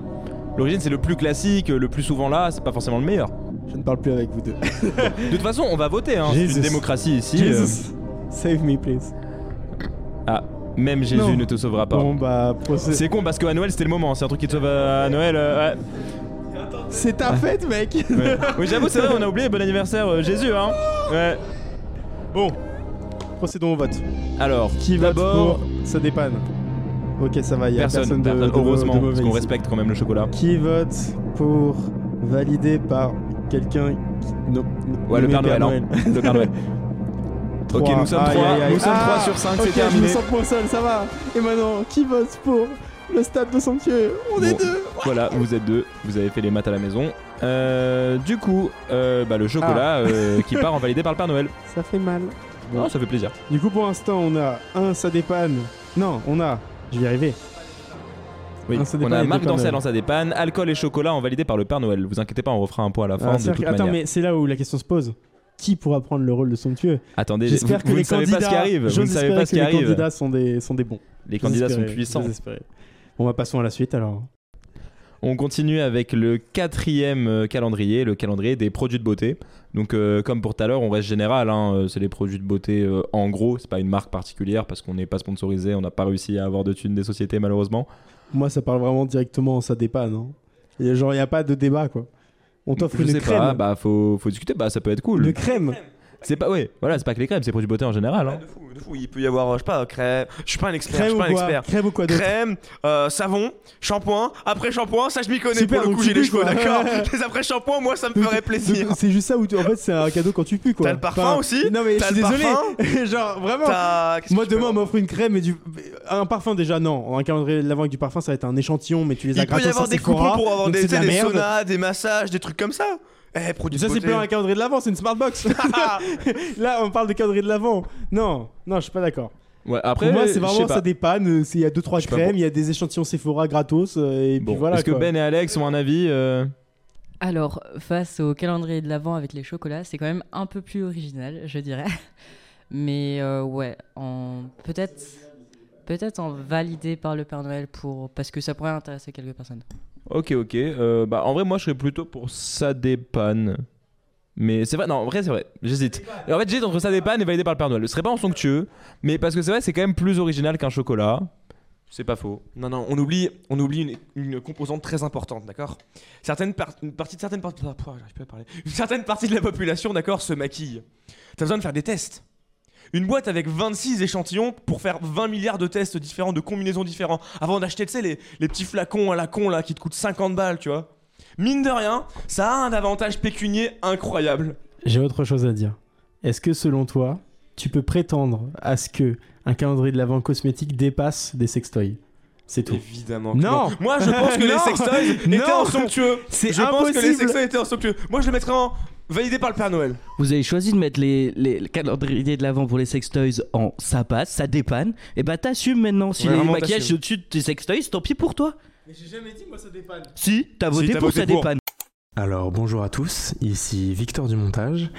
L'origine, c'est le plus classique, le plus souvent là, c'est pas forcément le meilleur.
Je ne parle plus avec vous deux.
De toute façon, on va voter, hein. c'est
Jesus.
une démocratie ici. euh,
Jesus, save me please.
même Jésus
Non.
ne te sauvera pas.
Bon bah, procé-
C'est con parce qu'à Noël c'était le moment, c'est un truc qui te sauve à à Noël. euh, ouais. Ah.
C'est ta fête, mec.
Ouais. Oui, j'avoue, c'est vrai, on a oublié bon anniversaire euh, Jésus, hein. Ouais. Bon,
Procédons au vote.
alors,
Qui vote
d'abord
pour Ça dépanne. Ok, ça va, il y a
personne,
personne, de,
personne,
de- de
heureusement,
mauvais
parce qu'on
ici.
respecte quand même le chocolat.
Qui vote pour valider par quelqu'un qui... non,
Ouais, le
nommé
Père Noël, hein. Le Père Noël. Ok, nous sommes
Aïe,
trois,
aïe, aïe.
nous sommes
Ah,
trois sur cinq,
Ok,
c'est
je me
terminé.
sens moins seul, ça va. Et maintenant, qui vote pour le stade de Sanctuaire On est
Bon.
deux.
Voilà, vous êtes deux, vous avez fait les maths à la maison. Euh, du coup, euh, bah, le chocolat euh, qui part en validé par le Père Noël.
Ça fait mal. Ah. Bon.
Ah, ça fait plaisir.
Du coup, pour l'instant, on a un, ça dépanne. Non, on a. Je vais y arriver.
Oui.
Ah, ça
on
dépend
a
des
Marc
Père
Dorcel
Noël.
dans sa dépanne, alcool et chocolat en validé par le Père Noël. Vous inquiétez pas, on refera un point à la fin
Ah,
de
c'est-à-dire
toute
que- attends,
manière.
mais c'est là où la question se pose. Qui pourra prendre le rôle de somptueux
Attendez, vous,
J'espère que
vous
les
ne savez
candidats,
pas ce qui arrive. Vous ne
j'ose
savez
espérer
pas ce
que
qui
les
arrive.
candidats sont des sont des bons.
Les candidats sont
J'ose espérer,
puissants.
j'ose espérer. Bon, bah passons à la suite alors.
On continue avec le quatrième euh, calendrier, le calendrier des produits de beauté. Donc, euh, comme pour tout à l'heure, on reste général. hein, euh, c'est les produits de beauté euh, en gros. C'est pas une marque particulière parce qu'on n'est pas sponsorisé. On n'a pas réussi à avoir de thunes des sociétés malheureusement.
Moi, ça parle vraiment directement, ça dépanne. Hein. Et genre, il n'y a pas de débat quoi. On t'offre
Je
une
sais
crème.
pas. Bah, faut, faut discuter. Bah, ça peut être cool.
Une crème.
C'est pas. Ouais. Voilà, c'est pas que les crèmes, c'est les produits de beauté en général. hein.
de fou, de fou. Il peut y avoir, euh, je sais pas, crème. Je suis pas un expert, je
Crème
suis
ou
pas un
quoi
expert.
Crème ou quoi d'autre
Crème, euh, savon, shampoing, après shampoing, ça je m'y connais
Super,
pour le
donc
coup,
tu
j'ai les
bouges,
cheveux,
quoi.
d'accord Les après shampoings, moi ça me ferait plaisir.
Donc, C'est juste ça où tu- en fait, c'est un cadeau quand tu pues quoi.
T'as le parfum aussi
Non, mais je
T'as
suis
le
désolé. genre, vraiment.
T'as- qu'est-ce que
Moi
tu peux
demain on
avoir
m'offre une crème et du un parfum déjà non un calendrier de l'avant avec du parfum ça va être un échantillon mais tu les as
Il peut
gratos
y
à
avoir des
Sephora,
coupons pour avoir
donc
des,
c'est
tu sais,
de la
des
merde.
saunas, des massages, des trucs comme ça. Eh, produits
Ça, c'est
beauté. Ah,
plus un calendrier de l'avant, c'est une smartbox. Là, on parle de calendrier de l'avant. Non, non, je suis pas d'accord.
Ouais, après,
Pour moi, c'est
je sais
vraiment
pas.
ça dépanne. euh, c'est- Il y a 2-3
sais pas
crèmes, il y a des échantillons Sephora gratos. euh, Et
Bon,
puis voilà.
est-ce que
quoi.
Ben et Alex ont un avis euh,
Alors, face au calendrier de l'avant avec les chocolats, c'est quand même un peu plus original, je dirais. Mais euh, ouais, en peut-être peut-être en validé par le Père Noël pour parce que ça pourrait intéresser quelques personnes.
Ok, ok. Euh, bah, en vrai, moi, je serais plutôt pour ça dépanne. Mais c'est vrai, non, en vrai, c'est vrai. J'hésite. Et En fait, j'hésite entre ça dépanne et validé par le Père Noël. Ce serait pas en somptueux, mais parce que c'est vrai, c'est quand même plus original qu'un chocolat. C'est pas faux.
Non, non, on oublie, on oublie une, une composante très importante, d'accord Certaines par- une partie de certaines parties, j'arrive plus à parler. Une certaine partie de la population, d'accord, se maquille. T'as besoin de faire des tests. Une boîte avec 26 échantillons pour faire 20 milliards de tests différents, de combinaisons différentes, avant d'acheter, tu sais, les, les petits flacons à la con là qui te coûtent 50 balles, tu vois. Mine de rien, ça a un avantage pécunier incroyable.
J'ai autre chose à dire. Est-ce que selon toi, tu peux prétendre à ce que un calendrier de l'avant cosmétique dépasse des sextoys C'est tout.
Évidemment. que
Non
Moi, je pense que les
Non
sextoys étaient
Non
en somptueux.
C'est
Je pense que les
impossible.
sextoys étaient en somptueux. Moi, je les mettrais en validé par le Père Noël.
Vous avez choisi de mettre les, les, le calendrier de l'avant pour les sextoys en ça passe, ça dépanne. Et bah t'assumes maintenant. Si
Ouais,
les
vraiment,
maquillages
t'assumes.
sont au-dessus de tes sextoys, tant pis pour toi. Mais j'ai jamais dit moi ça dépanne. Si, t'as
Si,
voté
t'as
pour
voté
ça
pour.
dépanne.
Alors bonjour à tous, ici Victor du montage.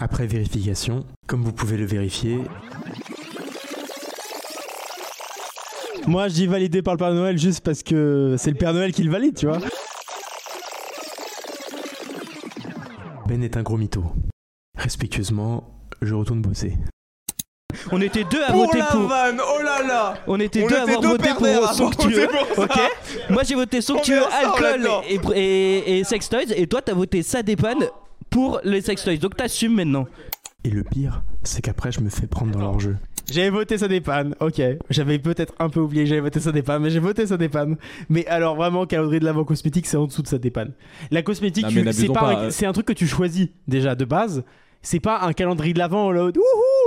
Après vérification, comme vous pouvez le vérifier,
Moi, je dis validé par le Père Noël juste parce que c'est le Père Noël qui le valide, tu vois.
Ben est un gros mytho. Respectueusement, je retourne bosser.
On était deux à
Pour
voter
la
pour.
vanne, oh là là
On était
On
deux à
était
avoir
deux
voté
pervers à
pour
avoir voté
somptueux.
pour ça.
Ok. Moi j'ai voté somptueux,
met ensemble
alcool
là-dedans.
et, et, et sextoys. Et toi t'as voté ça dépanne pour les sextoys. Donc t'assumes maintenant.
Et le pire, c'est qu'après je me fais prendre dans leur jeu.
J'avais voté ça dépanne, ok. J'avais peut-être un peu oublié que j'avais voté ça dépanne, mais j'ai voté ça dépanne. Mais alors vraiment, calendrier de l'avant cosmétique, c'est en dessous de ça dépanne. La cosmétique,
Non,
tu-
mais n'abusons
c'est pas,
pas,
un-
euh.
c'est un truc que tu choisis déjà de base. C'est pas un calendrier de l'avant, là. Wouhou,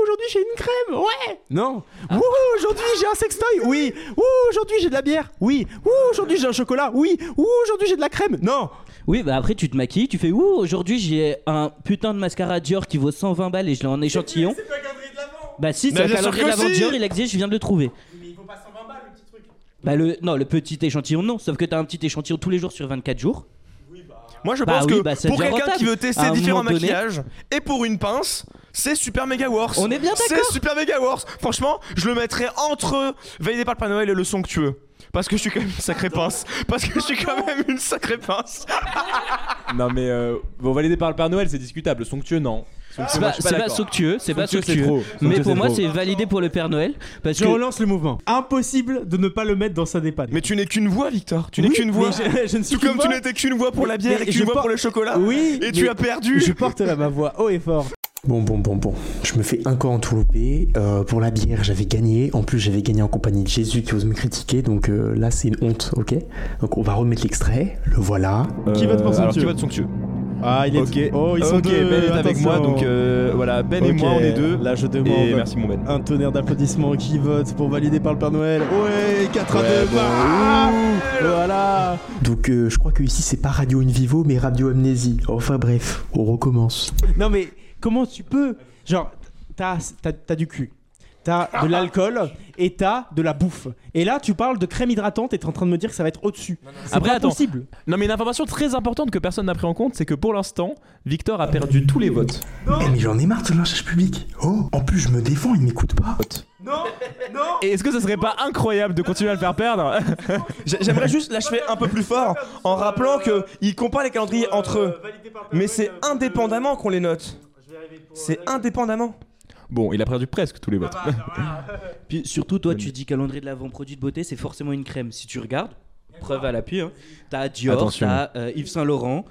aujourd'hui j'ai une crème, ouais. Non. Wouhou, aujourd'hui j'ai un sextoy, oui. Wouhou, aujourd'hui j'ai de la bière, oui. Wouhou, aujourd'hui j'ai un chocolat, oui. Wouhou, aujourd'hui j'ai de la crème, non.
Oui, bah après tu te maquilles, tu fais ouh, aujourd'hui j'ai un putain de mascara Dior qui vaut 120 balles et je l'ai en échantillon.
C'est pas un calendrier de l'avant
Bah si,
Mais
c'est un
bien sûr
calendrier
que
d'avant
si
Dior, il a dit je viens de le trouver.
Mais il vaut pas 120 balles le petit truc.
Bah le non, le petit échantillon non, sauf que t'as un petit échantillon tous les jours sur 24 jours.
Moi je
Bah
pense
oui,
que
bah, c'est
pour
déjà
quelqu'un
rentable.
qui veut
À
tester
un
différents
moment donné-
maquillages et pour une pince, c'est super méga worth.
On est bien
C'est
d'accord.
super méga worth. Franchement, je le mettrais entre Validé par le Père Noël et le son que tu veux. Parce que je suis quand même une sacrée pince. Parce que je suis quand même une sacrée pince.
Non mais euh, bon validé par le Père Noël c'est discutable, somptueux non.
C'est
Somptueux, moi, je
pas,
suis
Bah, c'est pas
d'accord.
somptueux, c'est pas
Somptueux, c'est
somptueux.
trop.
Mais
Somptueux,
pour moi,
trop.
c'est validé pour le Père Noël parce
Je
que
relance le mouvement. Impossible de ne pas le mettre dans sa dépanne.
Mais tu n'es qu'une voix, Victor. Tu n'es
Oui,
qu'une voix.
mais Je, je ne suis
Tout comme
qu'une
tu
voix.
n'étais qu'une voix pour la bière
Mais
et qu'une
je
voix
por-
pour le chocolat.
Oui.
Et tu
mais
as perdu.
Je porte là ma voix haut et fort.
Bon, bon, bon, bon. Je me fais encore entourlouper. Euh, pour la bière, j'avais gagné. En plus, j'avais gagné en compagnie de Jésus qui ose me critiquer. Donc euh, là, c'est une honte, ok Donc on va remettre l'extrait. Le voilà.
Qui vote pour
Euh, alors,
somptueux
Qui vote somptueux
Ah, il est.
Ok.
Oh, ils sont
Ok,
deux.
Ben est avec
attention.
moi donc euh, voilà Ben et
Ok,
moi on est deux.
Là, je demande.
Et merci mon Ben.
Un tonnerre d'applaudissements qui vote pour valider par le Père Noël. Ouais, 4 à 2. bah, voilà.
Donc euh, je crois que ici, c'est pas Radio In Vivo, mais Radio Amnésie. Enfin bref, on recommence.
Non, mais comment tu peux. Genre, t'as t'as- t'as du cul. T'as de l'alcool et t'as de la bouffe. Et là, tu parles de crème hydratante et t'es en train de me dire que ça va être au-dessus. C'est
Après,
pas
attends.
possible.
Non mais une information très importante que personne n'a pris en compte c'est que pour l'instant Victor a perdu tous les votes.
Eh, mais j'en ai marre de ce lynchage public. Oh, en plus, je me défends, il m'écoute pas.
Et est-ce que ça serait pas incroyable de continuer à le faire perdre
J'a- J'aimerais juste l'achever un peu plus fort en rappelant que ils comparent les calendriers entre eux. Mais c'est indépendamment qu'on les note. C'est indépendamment.
Bon il a perdu presque tous les votes.
Puis surtout, toi, tu dis calendrier de l'avant produit de beauté, c'est forcément une crème. Si tu regardes, preuve à l'appui, hein, t'as Dior,
Attention.
t'as euh, Yves Saint Laurent.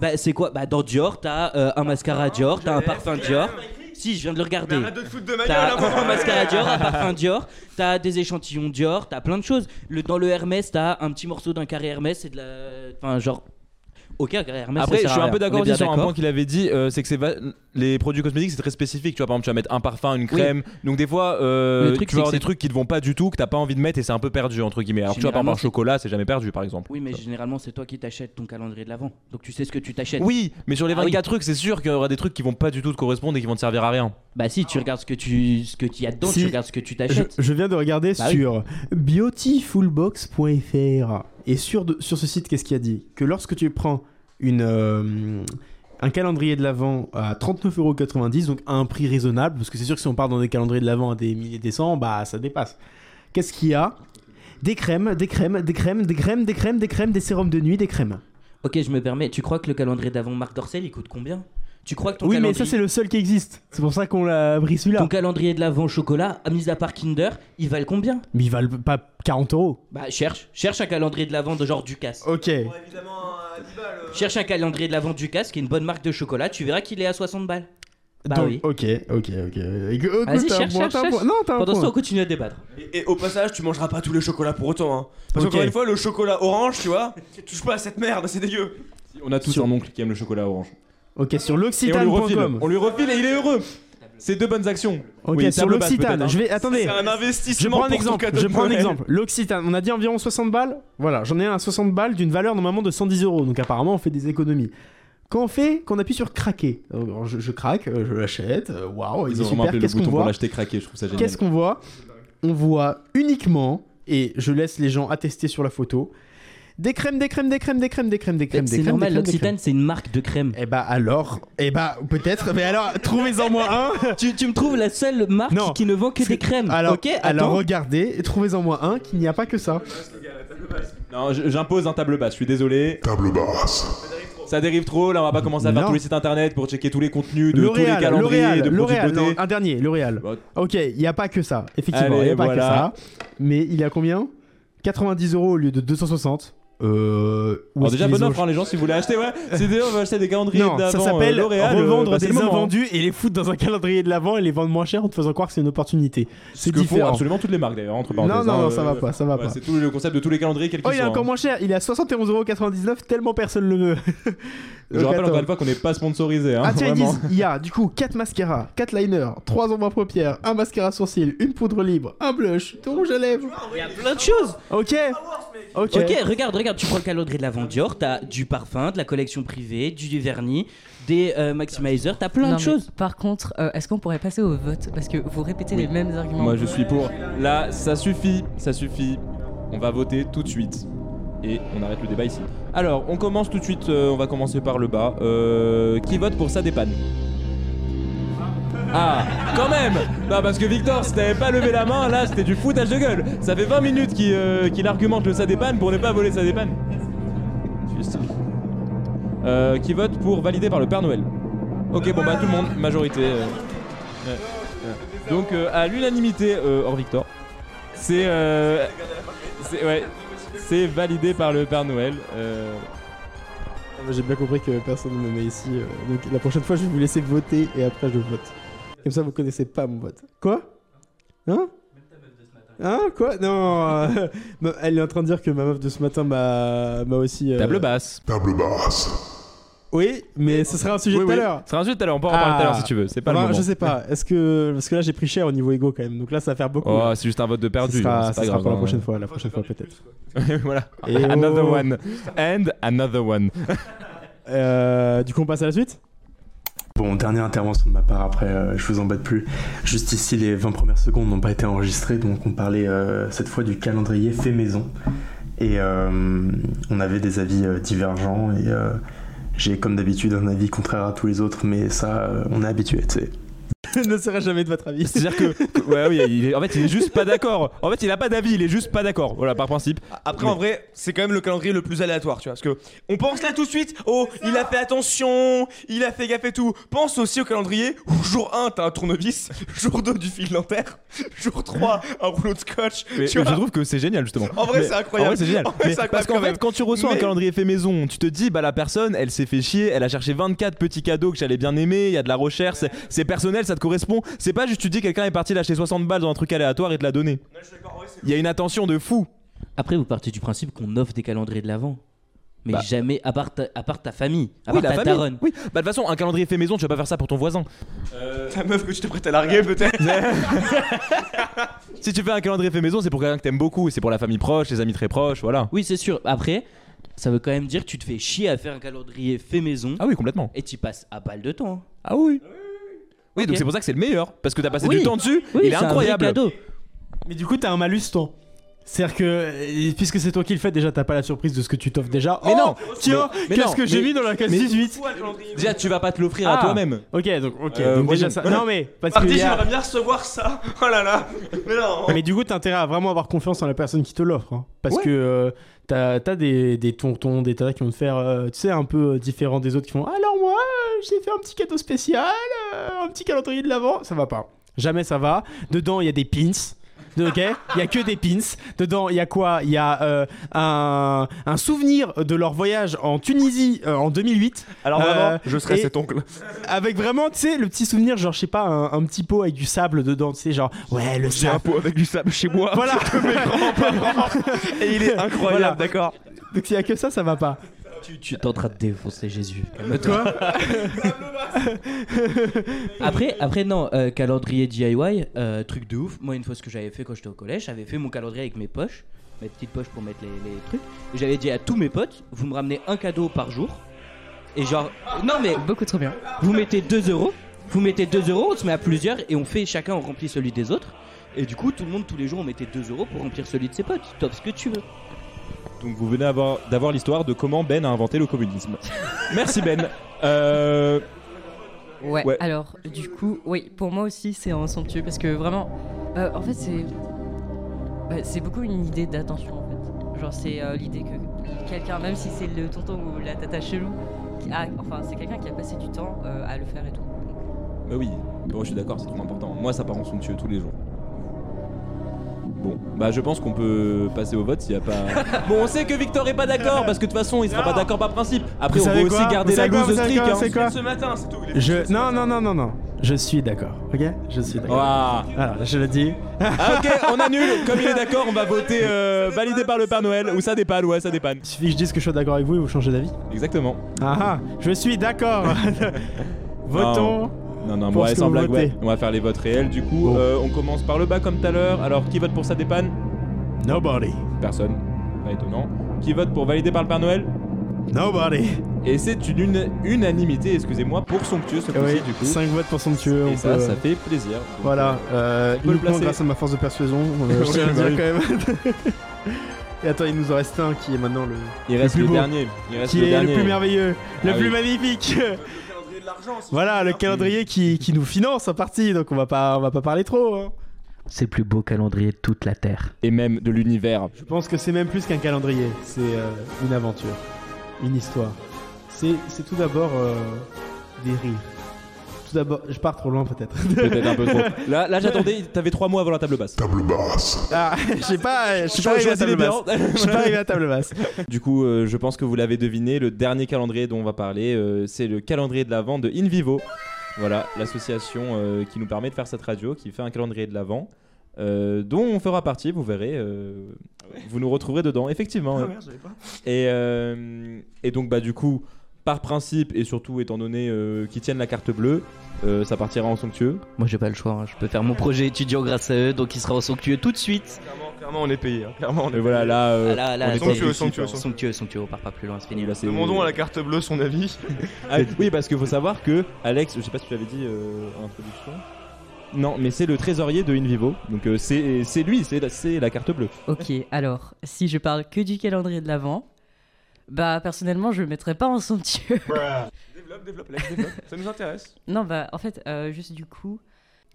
Bah, c'est quoi Bah, dans Dior, t'as euh, un
Ah,
mascara Dior, t'as un parfum Dior. Si, je viens de le regarder.
de te foutre de ma
T'as
hein,
un mascara Dior, un parfum Dior, t'as des échantillons Dior, t'as plein de choses. Le, dans le Hermès, t'as un petit morceau d'un carré Hermès et de la. Enfin, genre. Ok, un carré Hermès.
Après,
ça
je
sert à
suis un
rien.
peu
On
d'accord
est bien
aussi sur un
d'accord.
point qu'il avait dit, euh, c'est que c'est va- les produits cosmétiques c'est très spécifique. Tu vois, par exemple, tu vas mettre un parfum, une crème. Donc des fois, euh,
Le truc,
tu vas
c'est que
avoir des
c'est-
trucs qui te vont pas du tout, que t'as pas envie de mettre et c'est un peu perdu entre guillemets. Alors tu vois, par exemple,
Généralement,
un chocolat, c'est jamais perdu, par exemple.
Oui, mais généralement, c'est toi qui t'achètes ton calendrier de l'avant. Donc, tu sais ce que tu t'achètes.
Oui, mais sur les
Ah oui.
24 trucs, c'est sûr qu'il y aura des trucs qui vont pas du tout te correspondre et qui vont te servir à rien.
Bah si, tu regardes ce que tu ce que tu y a dedans,
Si.
tu regardes ce que tu
Je,
t'achètes.
je viens de regarder
Bah oui.
sur beautyfullbox.fr et sur, de- sur ce site, qu'est-ce qu'il y a dit Que lorsque tu prends une, euh, un calendrier de l'Avent à 39,90€, donc à un prix raisonnable, parce que c'est sûr que si on part dans des calendriers de l'Avent à des milliers de cents, bah ça dépasse. Qu'est-ce qu'il y a des crèmes, des crèmes, des crèmes, des crèmes, des crèmes, des crèmes, des sérums de nuit, des crèmes.
Ok, je me permets. Tu crois que le calendrier d'avant Marc Dorcel il coûte combien Tu crois que ton
oui, mais
calendrier
ça c'est le seul qui existe. C'est pour ça qu'on l'a pris celui-là.
ton calendrier de l'avant chocolat, à mis à part Kinder, il valent combien
Mais ils valent pas 40 euros.
Bah cherche, cherche un calendrier de l'avant de genre Ducasse.
Ok. Euh.
Cherche un calendrier de l'avant Ducasse qui est une bonne marque de chocolat, tu verras qu'il est à 60 balles. Bah
Donc,
oui.
Ok, ok, ok. Écoute,
Vas-y,
t'as un
cherche,
point,
cherche,
t'as un point.
cherche.
Non, t'as un
Pendant ce
point.
temps, on continue à débattre.
Et, et au passage, tu mangeras pas tout le chocolat pour autant. Hein. Parce
Ok.
qu'encore une fois, le chocolat orange, tu vois, touche pas à cette merde, c'est dégueu.
On a tous
Sur-
un oncle qui aime le chocolat orange.
Ok, sur
Et on lui refile.
l'occitane.com.
On lui refile et il est heureux. C'est deux bonnes actions.
Ok,
Oui,
sur
table basse, peut-être,
l'occitane.
hein.
Je vais attendez.
C'est un investissement.
Je prends un
pour ton
exemple.
cadeau
Je
de
prends un
Noël.
exemple. L'occitane. On a dit environ 60 balles. Voilà, j'en ai un à 60 balles d'une valeur normalement de 110 euros. Donc apparemment, on fait des économies. Quand on fait, qu'on appuie sur craquer. Alors, Je, je craque, euh, je l'achète. euh, Waouh, il est super. Qu'est-ce qu'on voit
l'acheter craqué, je trouve ça
Qu'est-ce qu'on voit On voit uniquement, et je laisse les gens attester sur la photo, des crèmes, des crèmes, des crèmes, des crèmes, des crèmes, des crèmes. des
C'est
crèmes,
normal,
des crèmes, des crèmes.
l'Occitane c'est une marque de crème.
Eh bah alors, eh bah peut-être, mais alors trouvez-en moi un.
Tu, tu me trouves la seule marque
Non.
qui ne vend que des crèmes.
Alors,
ok, attends.
alors regardez, et trouvez-en moi un qu'il n'y a pas que ça.
Non, je- j'impose un table basse, je suis désolé.
Table basse.
Ça dérive trop, là on va pas commencer à faire
Non.
tous les sites internet pour checker tous les contenus de tous les
L'Oréal,
calendriers
L'Oréal,
de produits
L'Oréal,
de beauté.
non, Ah, un dernier, L'Oréal.
Bah,
Ok, il n'y a pas que ça, effectivement, il
Allez,
n'y a pas
voilà.
que ça. Mais il y a combien 90 euros au lieu de 260. Euh, où
Alors
est-ce
déjà,
qu'ils les
bonne
ont
offre, hein, les gens, si vous voulez acheter, ouais. C'est d'ailleurs, on va acheter des calendriers
Non, ça
d'avant, euh,
s'appelle
L'Oréal, euh,
revendre
bah, c'est
des
le moment, hein.
invendus et les foutre dans un calendrier de l'avant et les vendre moins cher en te faisant croire que c'est une opportunité.
Ce
C'est
que font
différent.
absolument toutes les marques d'ailleurs, entre
Non,
parenthèses.
non, non,
hein,
ça
euh,
va pas, ça va
ouais,
pas.
c'est tout le concept de tous les calendriers, quel
Oh,
qu'ils
il est
soient,
encore
hein.
moins cher, il est à 71,99€, tellement personne le veut.
Je
Donc,
rappelle encore
attends.
une fois qu'on n'est pas sponsorisé. Hein,
Ah tiens, ils
vraiment.
disent, il y a du coup 4 mascaras, 4 liners, 3 ombres à paupières, un mascara sourcil, une poudre libre, un blush, ton rouge à lèvres.
Il y a plein de choses.
Ok Ok,
Ok, regarde, regarde, tu prends le calendrier de la Vendior, t'as du parfum, de la collection privée, du vernis, des euh, maximizers, t'as plein
Non,
de
mais
choses.
Par contre, euh, est-ce qu'on pourrait passer au vote Parce que vous répétez les mêmes arguments.
Moi je suis pour. Là, ça suffit, ça suffit. On va voter tout de suite. Et on arrête le débat ici. Alors, on commence tout de suite, euh, on va commencer par le bas. Euh, qui vote pour ça dépanne ah, quand même Bah parce que Victor, si t'avais pas levé la main, là c'était du foutage de gueule Ça fait 20 minutes qu'il euh, qu'il argumente le ça dépanne pour ne pas voler ça dépanne Juste. Euh, Qui vote pour valider par le Père Noël Ok, bon bah tout le monde, majorité. euh. Ouais. Ouais. Donc euh, à l'unanimité, euh, hors Victor, c'est euh, c'est ouais, c'est validé par le Père Noël. euh.
Ah, j'ai bien compris que personne ne me met ici, euh, donc la prochaine fois je vais vous laisser voter et après je vote. Comme ça vous connaissez pas mon vote. Quoi Hein Hein Quoi Non euh, bah, Elle est en train de dire que ma meuf de ce matin m'a m'a aussi... euh,
Table basse.
Table basse.
Oui, mais ce sera un sujet
Oui,
de tout à
oui.
l'heure
Ce sera ensuite tout à l'heure, on peut en parler tout à l'heure si tu veux, c'est pas
Enfin,
le moment.
Je sais pas, est-ce que... Parce que là j'ai pris cher au niveau ego quand même, donc là ça va faire beaucoup. hein.
Oh,
là.
c'est juste un vote de
Ce
perdu,
sera,
c'est
ce
pas
sera
grave.
pour la
hein.
prochaine fois, la prochaine fois peut-être.
voilà.
Et
Another
oh.
one. And another one.
Euh, du coup on passe à la suite
Bon, dernière intervention de ma part, après euh, je vous embête plus. Juste ici, les 20 premières secondes n'ont pas été enregistrées, donc on parlait euh, cette fois du calendrier fait maison. Et euh, on avait des avis euh, divergents, et euh, j'ai comme d'habitude un avis contraire à tous les autres, mais ça, euh, on est habitué, tu sais.
ne sera jamais de votre avis.
C'est-à-dire que, ouais, oui, il est- en fait, il est juste pas d'accord. En fait, il a pas d'avis, il est juste pas d'accord. Voilà, par principe.
Après, en vrai, c'est quand même le calendrier le plus aléatoire, tu vois. Parce que on pense là tout de suite, oh, il a fait attention, il a fait gaffe et tout. Pense aussi au calendrier où jour 1, t'as un tournevis, jour 2, du fil dentaire, jour 3, un rouleau de scotch.
Mais
tu vois.
je trouve que c'est génial justement.
En vrai,
Mais-
c'est incroyable.
en vrai, c'est génial.
En vrai,
Mais
c'est incroyable
parce qu'en
quand
fait,
même.
quand tu reçois un
Mais-
calendrier fait maison, tu te dis bah la personne, elle s'est fait chier, elle a cherché 24 petits cadeaux que j'allais bien aimer, il y a de la recherche, c'est- c'est personnel, ça te correspond. C'est pas juste tu te dis quelqu'un est parti lâcher 60 balles dans un truc aléatoire et te l'a donné. Il y a une attention de fou.
Après, vous partez du principe qu'on offre des calendriers de l'avant. Mais
Bah.
jamais, à part ta, à part ta famille, à
Oui,
part
la
ta
famille.
daronne.
Oui, bah de toute façon, un calendrier fait maison, tu vas pas faire ça pour ton voisin.
Ta Euh, meuf que tu te prêtes à larguer, peut-être.
Si tu fais un calendrier fait maison, c'est pour quelqu'un que t'aimes beaucoup, c'est pour la famille proche, les amis très proches, voilà.
Oui, c'est sûr. Après, ça veut quand même dire que tu te fais chier à faire un calendrier fait maison
Ah oui, complètement.
et tu passes à balle de temps. hein.
Ah oui. Oui, donc
Ok.
c'est pour ça que c'est le meilleur, parce que t'as passé
Oui.
du temps dessus,
Oui,
il est
c'est un vrai
incroyable.
cadeau.
Mais du coup, t'as un malus, toi. C'est-à-dire que, euh, puisque c'est toi qui le fais, déjà t'as pas la surprise de ce que tu t'offres déjà.
Mais
Oh,
non,
Tiens,
mais- mais
qu'est-ce
non,
que j'ai
mais-
mis dans la case
mais-
18
Déjà, tu vas pas te l'offrir
Ah.
à toi-même.
Ok, donc, ok,
Euh,
donc
moi,
déjà
j'aime-
ça. Non, mais, parce que.
Mardi,
y a-
j'aimerais bien recevoir ça. Oh là là. Mais non.
Mais du coup, t'as intérêt à vraiment avoir confiance en la personne qui te l'offre. hein. Parce que euh, t'as t'as des, des tontons, des tas qui vont te faire, euh, tu sais, un peu euh, différent des autres qui font Alors moi, euh, j'ai fait un petit cadeau spécial, euh, un petit calendrier de l'avant. Ça va pas. Jamais ça va. Dedans, il y a des pins. De- Ok, il y a que des pins. Dedans, il y a quoi Il y a euh, un, un souvenir de leur voyage en Tunisie euh, en 2008
Alors
vraiment, Euh,
je
serais et- cet
oncle.
avec vraiment, tu sais, le petit souvenir, genre, je sais pas, un, un petit pot avec du sable dedans, tu sais, genre, ouais, le sable.
pot avec du sable chez moi.
Voilà.
Et il est incroyable,
Voilà.
d'accord.
Donc s'il y a que ça, ça va pas.
Tu, tu t'es en train de défoncer Jésus.
Toi
Après, après non, euh, calendrier DIY, euh, truc de ouf. Moi, une fois ce que j'avais fait quand j'étais au collège, j'avais fait mon calendrier avec mes poches, mes petites poches pour mettre les, les trucs. Et J'avais dit à tous mes potes, vous me ramenez un cadeau par jour. Et genre, non mais
Beaucoup trop bien.
vous mettez 2 euros, vous mettez 2 euros, on se met à plusieurs et on fait chacun on remplit celui des autres. Et du coup, tout le monde tous les jours on mettait 2 euros pour remplir celui de ses potes. Top ce que tu veux.
Donc vous venez avoir- d'avoir l'histoire de comment Ben a inventé le communisme. Merci Ben. Euh,
Ouais.
Ouais.
Alors, du coup, oui, pour moi aussi, c'est un somptueux parce que vraiment, euh, en fait, c'est bah, c'est beaucoup une idée d'attention en fait. Genre, c'est euh, l'idée que quelqu'un, même si c'est le tonton ou la tata chelou, qui a- enfin, c'est quelqu'un qui a passé du temps euh, à le faire et tout.
bah oui, bon, je suis d'accord, c'est trop important. Moi ça part en somptueux tous les jours. Bon, bah je pense qu'on peut passer au vote s'il n'y a pas. bon, on sait que Victor est pas d'accord parce que de toute façon il sera pas d'accord par principe. Après,
Vous
on
savez
va aussi
quoi
garder
Vous
la
savez quoi
loose
Vous savez
streak.
quoi
hein.
Vous savez quoi
Ce matin, c'est tout. il est-
Je... Non, non, non, non, non. Je suis d'accord, ok Je suis d'accord.
Waouh.
Voilà, je le dis.
Ah, ok, on annule. Comme il est d'accord, on va voter euh, validé par le Père Noël ou ça dépanne, ouais, ça dépanne.
Il suffit que je dise que je suis d'accord avec vous et vous changez d'avis.
Exactement.
Ah ah, je suis d'accord. Votons.
Non, non,
Pour
moi,
ce que
sans
vous
blague,
votez.
ouais. On va faire les votes réels. Du coup,
Bon.
euh, on commence par le bas comme tout à l'heure. Alors, qui vote pour ça dépanne
Nobody.
Personne. Pas étonnant. Qui vote pour validé par le Père Noël
Nobody.
Et c'est une, une- unanimité, excusez-moi, pour Somptueux ce coup-ci,
Eh Oui,
du coup.
5 votes pour somptueux.
Et
on
ça,
peut-
ça fait plaisir. Donc,
Voilà, euh,
peut le
uniquement
placer.
grâce à ma force de persuasion, euh, je tiens à le dire quand même. Et attends, il nous en reste un qui est maintenant le.
Il reste
plus
le,
beau.
dernier. Il reste
qui
le
est
dernier.
le plus merveilleux, le
Ah
plus
oui.
magnifique.
calendrier de l'argent, si
voilà, le calendrier qui, qui nous finance en partie, donc on va pas, on va pas parler trop. hein.
C'est le plus beau calendrier de toute la Terre.
Et même de l'univers.
Je pense que c'est même plus qu'un calendrier, c'est euh, une aventure, une histoire. C'est c'est tout d'abord euh, des rires. Tout d'abord, je pars trop loin peut-être.
Peut-être un peu trop. Là, là j'attendais, t'avais trois mois avant la table basse.
Ah, je sais pas, je suis pas
J'aurais
arrivé à
choisi les
table basse.
Béants.
Je suis pas arrivé à table basse.
Du coup, euh, je pense que vous l'avez deviné, le dernier calendrier dont on va parler, euh, c'est le calendrier de l'Avent de InVivo. Voilà, l'association euh, qui nous permet de faire cette radio, qui fait un calendrier de l'Avent, euh, dont on fera partie, vous verrez. euh, Vous nous retrouverez dedans, effectivement.
Ah
ouais. et, euh, et donc, bah, du coup, par principe, et surtout étant donné euh, qu'ils tiennent la carte bleue, euh, ça partira en somptueux.
Moi j'ai pas le choix, hein. je peux faire mon projet étudiant grâce à eux, donc il sera en somptueux tout de suite.
Clairement, on est payé. Clairement,
Et voilà, là, euh,
Ah là, là,
on est
c'est-
pas du-
somptueux, somptueux.
somptueux, somptueux, on part pas plus loin, c'est fini.
là, c'est-
carte bleue son avis.
Ah, oui, parce qu'il faut savoir que Alex, je sais pas si tu l'avais dit euh, en introduction. Non, mais c'est le trésorier de InVivo. Donc euh, c'est c'est lui, c'est la, c'est la carte bleue.
Ok, alors, si je parle que du calendrier de l'Avent, bah personnellement, je le mettrais pas en somptueux.
Développe, développe, Alex, développe. ça nous intéresse.
Non, bah en fait, euh, juste du coup,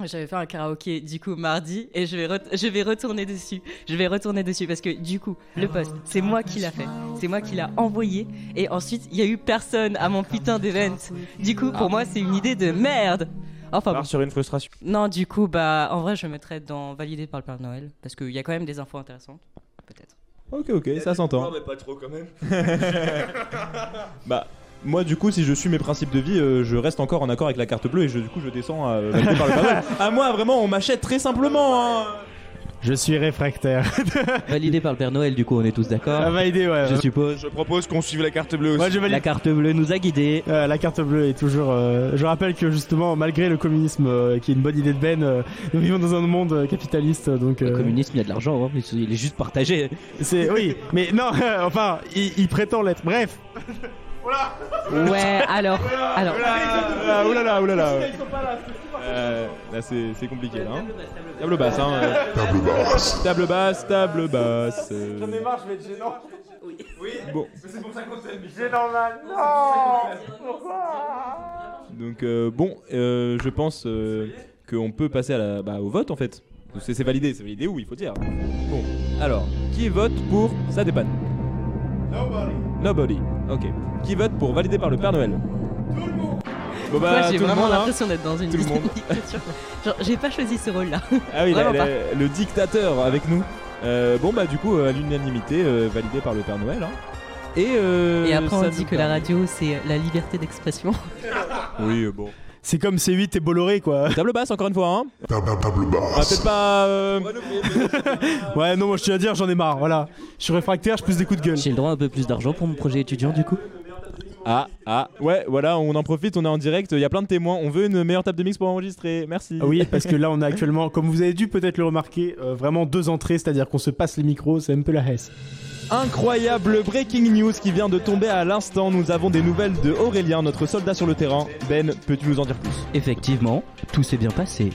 j'avais fait un karaoké du coup mardi et je vais, ret- je vais retourner dessus. Je vais retourner dessus parce que du coup,
Ah,
le poste, c'est moi qui l'a fait. C'est moi qui l'a envoyé et ensuite, il y a eu personne à mon putain d'event. Du coup, pour moi, c'est une idée de merde. Enfin bon.
Part sur une frustration.
Non, du coup, bah en vrai, je mettrais dans validé par le Père Noël parce qu'il y a quand même des infos intéressantes. Peut-être.
Ok, ok, ça s'entend.
mais pas trop quand même.
Bah, moi du coup, si je suis mes principes de vie, euh, je reste encore en accord avec la carte bleue et je, du coup, je descends à, euh, valider par le Père Noël. à moi, vraiment, on m'achète très simplement. hein.
Je suis réfractaire.
Validé par le Père Noël, du coup on est tous
Ah,
d'accord,
validé, ouais.
je
euh,
suppose.
Je propose qu'on suive la carte bleue aussi.
Moi, je valide.
La carte bleue nous a guidés.
Ah
Euh, la carte bleue est toujours. euh, je rappelle que justement, malgré le communisme, euh, qui est une bonne idée de Ben, euh, nous vivons dans un monde euh, capitaliste, euh, donc.
Le
euh,
communisme, il y a de l'argent, hein, mais il est juste partagé.
Eh
c'est oui, mais non, euh, enfin, il, il prétend l'être. Bref.
Ouais, alors, alors.
Ah, oulala, oulala. Euh, Là, c'est c'est compliqué là. hein. Table basse, hein. euh. Table basse, table basse. euh.
marre, je vais être gênant.
Bon.
C'est pour ça qu'on s'aime.
Donc euh, bon, euh, je pense euh, qu'on peut passer à la, bah, au vote en fait. C'est c'est validé, c'est validé où il faut dire. Bon, alors, qui vote pour ça dépanne Nobody. Nobody. Ok. Qui vote pour valider par le Père Noël Tout le monde. Bon bah
Moi, j'ai
tout le
vraiment
monde. hein.
l'impression d'être dans une
Tout le monde.
dictature. Genre, j'ai pas choisi ce rôle-là.
Ah oui,
Vraiment
la- la- le dictateur avec nous. Euh, bon bah du coup euh, à l'unanimité euh, validé par le Père Noël. hein. Et, euh,
Et après,
ça
on dit que la radio, c'est euh, la liberté d'expression.
Oui euh, bon.
C'est comme C8 et Bolloré, quoi.
Table basse encore une fois. Hein. Table basse. peut-être pas. euh,
Ouais, non, moi, je tiens à dire, j'en ai marre. Voilà, je suis réfractaire, je plus des coups de gueule.
J'ai le droit à un peu plus d'argent pour mon projet étudiant du coup
Ah, ah, ouais, voilà, on en profite, on est en direct, il y a plein de témoins, on veut une meilleure table de mix pour enregistrer, merci.
Ah Oui, parce que là, on a actuellement, comme vous avez dû peut-être le remarquer, euh, vraiment deux entrées, c'est-à-dire qu'on se passe les micros, c'est un peu la hesse.
Incroyable breaking news qui vient de tomber à l'instant, nous avons des nouvelles de Aurélien, notre soldat sur le terrain. Ben, peux-tu nous en dire plus
Effectivement, tout s'est bien passé.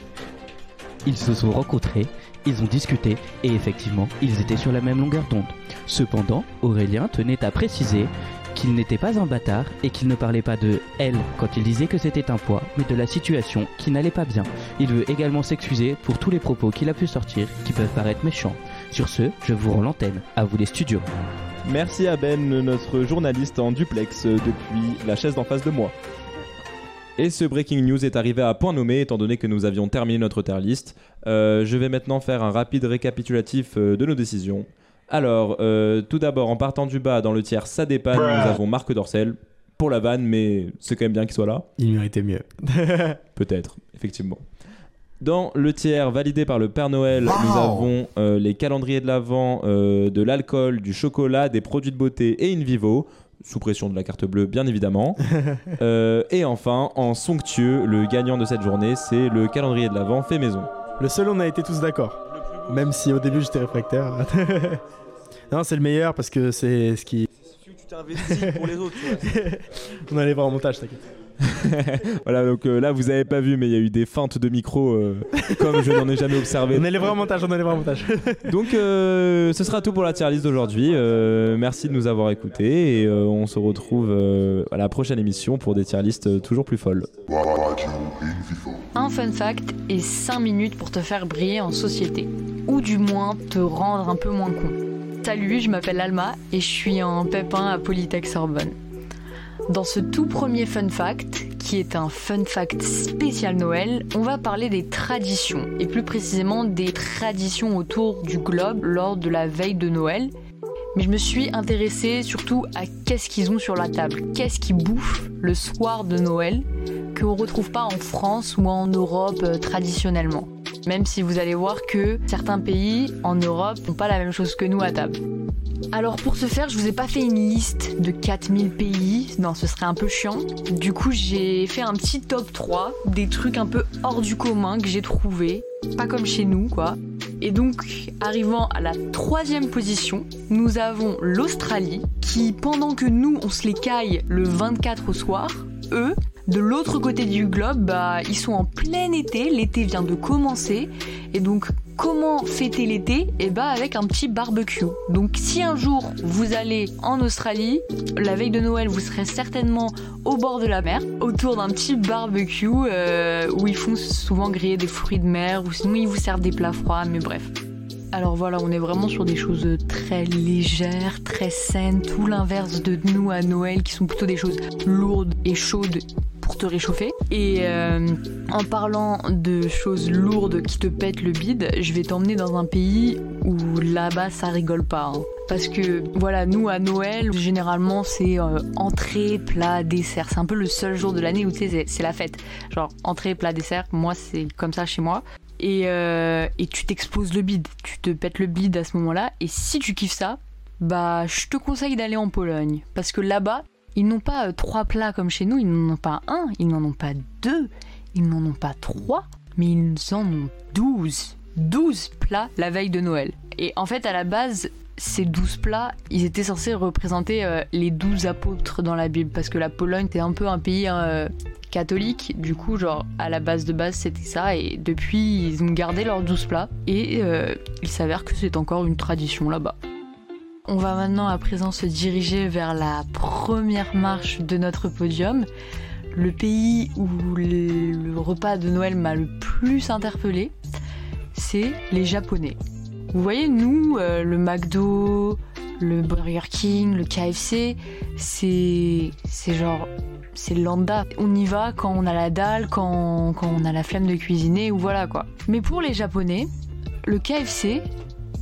Ils se sont rencontrés, ils ont discuté, et effectivement, ils étaient sur la même longueur d'onde. Cependant, Aurélien tenait à préciser qu'il n'était pas un bâtard et qu'il ne parlait pas de elle quand il disait que c'était un poids, mais de la situation qui n'allait pas bien. Il veut également s'excuser pour tous les propos qu'il a pu sortir qui peuvent paraître méchants. Sur ce, je vous rends l'antenne. À vous les studios.
Merci à Ben, notre journaliste en duplex euh, depuis la chaise d'en face de moi. Et ce breaking news est arrivé à point nommé étant donné que nous avions terminé notre tier list. Euh, je vais maintenant faire un rapide récapitulatif euh, de nos décisions. Alors, euh, tout d'abord, en partant du bas dans le tiers ça dépanne, nous avons Marc Dorcel pour la vanne, mais c'est quand même bien qu'il soit là.
Il méritait mieux.
Peut-être, effectivement. Dans le tiers validé par le Père Noël, nous avons euh, les calendriers de l'Avent, euh, de l'alcool, du chocolat, des produits de beauté et in vivo, sous pression de la carte bleue bien évidemment. Euh, et enfin, en somptueux, le gagnant de cette journée, c'est le calendrier de l'Avent fait maison.
Le seul, on a été tous d'accord. Même si au début j'étais réfractaire. non, c'est le meilleur parce que c'est ce qui.
Tu t'es investi pour les autres, tu vois.
On allait voir en montage, t'inquiète.
voilà, donc euh, là vous avez pas vu, mais il y a eu des feintes de micro euh, comme je n'en ai jamais observé.
On allait voir en montage, on allait voir en montage.
Donc euh, ce sera tout pour la tier list d'aujourd'hui. Euh, merci de nous avoir écoutés et euh, on se retrouve euh, à la prochaine émission pour des tier lists euh, toujours plus folles.
Un fun fact et 5 minutes pour te faire briller en société. Ou du moins te rendre un peu moins con. Salut, je m'appelle Alma et je suis en pépin à Polytech Sorbonne. Dans ce tout premier fun fact, qui est un fun fact spécial Noël, on va parler des traditions, et plus précisément des traditions autour du globe lors de la veille de Noël. Mais je me suis intéressée surtout à qu'est-ce qu'ils ont sur la table, qu'est-ce qu'ils bouffent le soir de Noël, qu'on retrouve pas en France ou en Europe euh, traditionnellement. Même si vous allez voir que certains pays en Europe n'ont pas la même chose que nous à table. Alors pour ce faire, je vous ai pas fait une liste de 4000 pays, non ce serait un peu chiant. Du coup j'ai fait un petit top 3 des trucs un peu hors du commun que j'ai trouvé, pas comme chez nous quoi. Et donc arrivant à la troisième position, nous avons l'Australie qui pendant que nous on se les caille le 24 au soir, eux de l'autre côté du globe, bah, ils sont en plein été, l'été vient de commencer, et donc comment fêter l'été Eh bah avec un petit barbecue. Donc si un jour vous allez en Australie, la veille de Noël, vous serez certainement au bord de la mer, autour d'un petit barbecue euh, où ils font souvent griller des fruits de mer, ou sinon ils vous servent des plats froids, mais bref. Alors voilà, on est vraiment sur des choses très légères, très saines, tout l'inverse de nous à Noël, qui sont plutôt des choses lourdes et chaudes pour te réchauffer. Et euh, en parlant de choses lourdes qui te pètent le bide, je vais t'emmener dans un pays où là-bas ça rigole pas. hein. Parce que voilà, nous à Noël, généralement c'est euh, entrée, plat, dessert. C'est un peu le seul jour de l'année où tu sais, c'est- c'est la fête. Genre entrée, plat, dessert, moi c'est comme ça chez moi. Et, euh, et tu t'exploses le bide, tu te pètes le bide à ce moment-là. Et si tu kiffes ça, bah je te conseille d'aller en Pologne. Parce que là-bas, ils n'ont pas euh, trois plats comme chez nous, ils n'en ont pas un, ils n'en ont pas deux, ils n'en ont pas trois, mais ils en ont douze. Douze plats la veille de Noël. Et en fait, à la base, ces douze plats, ils étaient censés représenter euh, les douze apôtres dans la Bible, parce que la Pologne était un peu un pays euh, catholique, du coup, genre, à la base de base, c'était ça, et depuis, ils ont gardé leurs douze plats, et euh, il s'avère que c'est encore une tradition là-bas. On va maintenant à présent se diriger vers la première marche de notre podium, le pays où le, le repas de Noël m'a le plus interpellé, c'est les Japonais. Vous voyez, nous, euh, le McDo, le Burger King, le KFC, c'est c'est genre c'est lambda. On y va quand on a la dalle, quand, quand on a la flemme de cuisiner ou voilà quoi. Mais pour les Japonais, le KFC,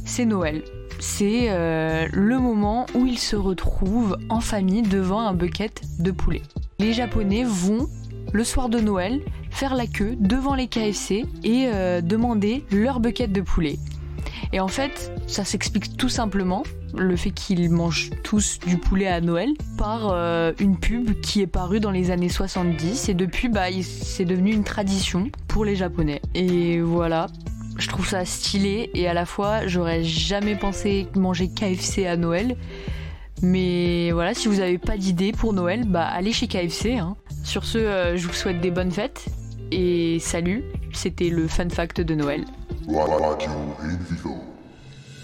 c'est Noël c'est euh, le moment où ils se retrouvent en famille devant un bucket de poulet. Les Japonais vont, le soir de Noël, faire la queue devant les KFC et euh, demander leur bucket de poulet. Et en fait, ça s'explique tout simplement, le fait qu'ils mangent tous du poulet à Noël, par euh, une pub qui est parue dans les années 70. Et depuis, bah, il- c'est devenu une tradition pour les Japonais. Et voilà, je trouve ça stylé et à la fois j'aurais jamais pensé manger KFC à Noël. Mais voilà, si vous n'avez pas d'idée pour Noël, bah allez chez KFC. hein. Sur ce, euh, je vous souhaite des bonnes fêtes et salut, c'était le fun fact de Noël.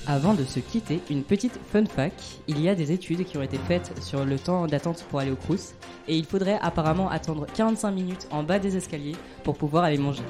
Avant de se quitter, une petite fun fact. Il y a des études qui ont été faites sur le temps d'attente pour aller au Crous et il faudrait apparemment attendre 45 minutes en bas des escaliers pour pouvoir aller manger.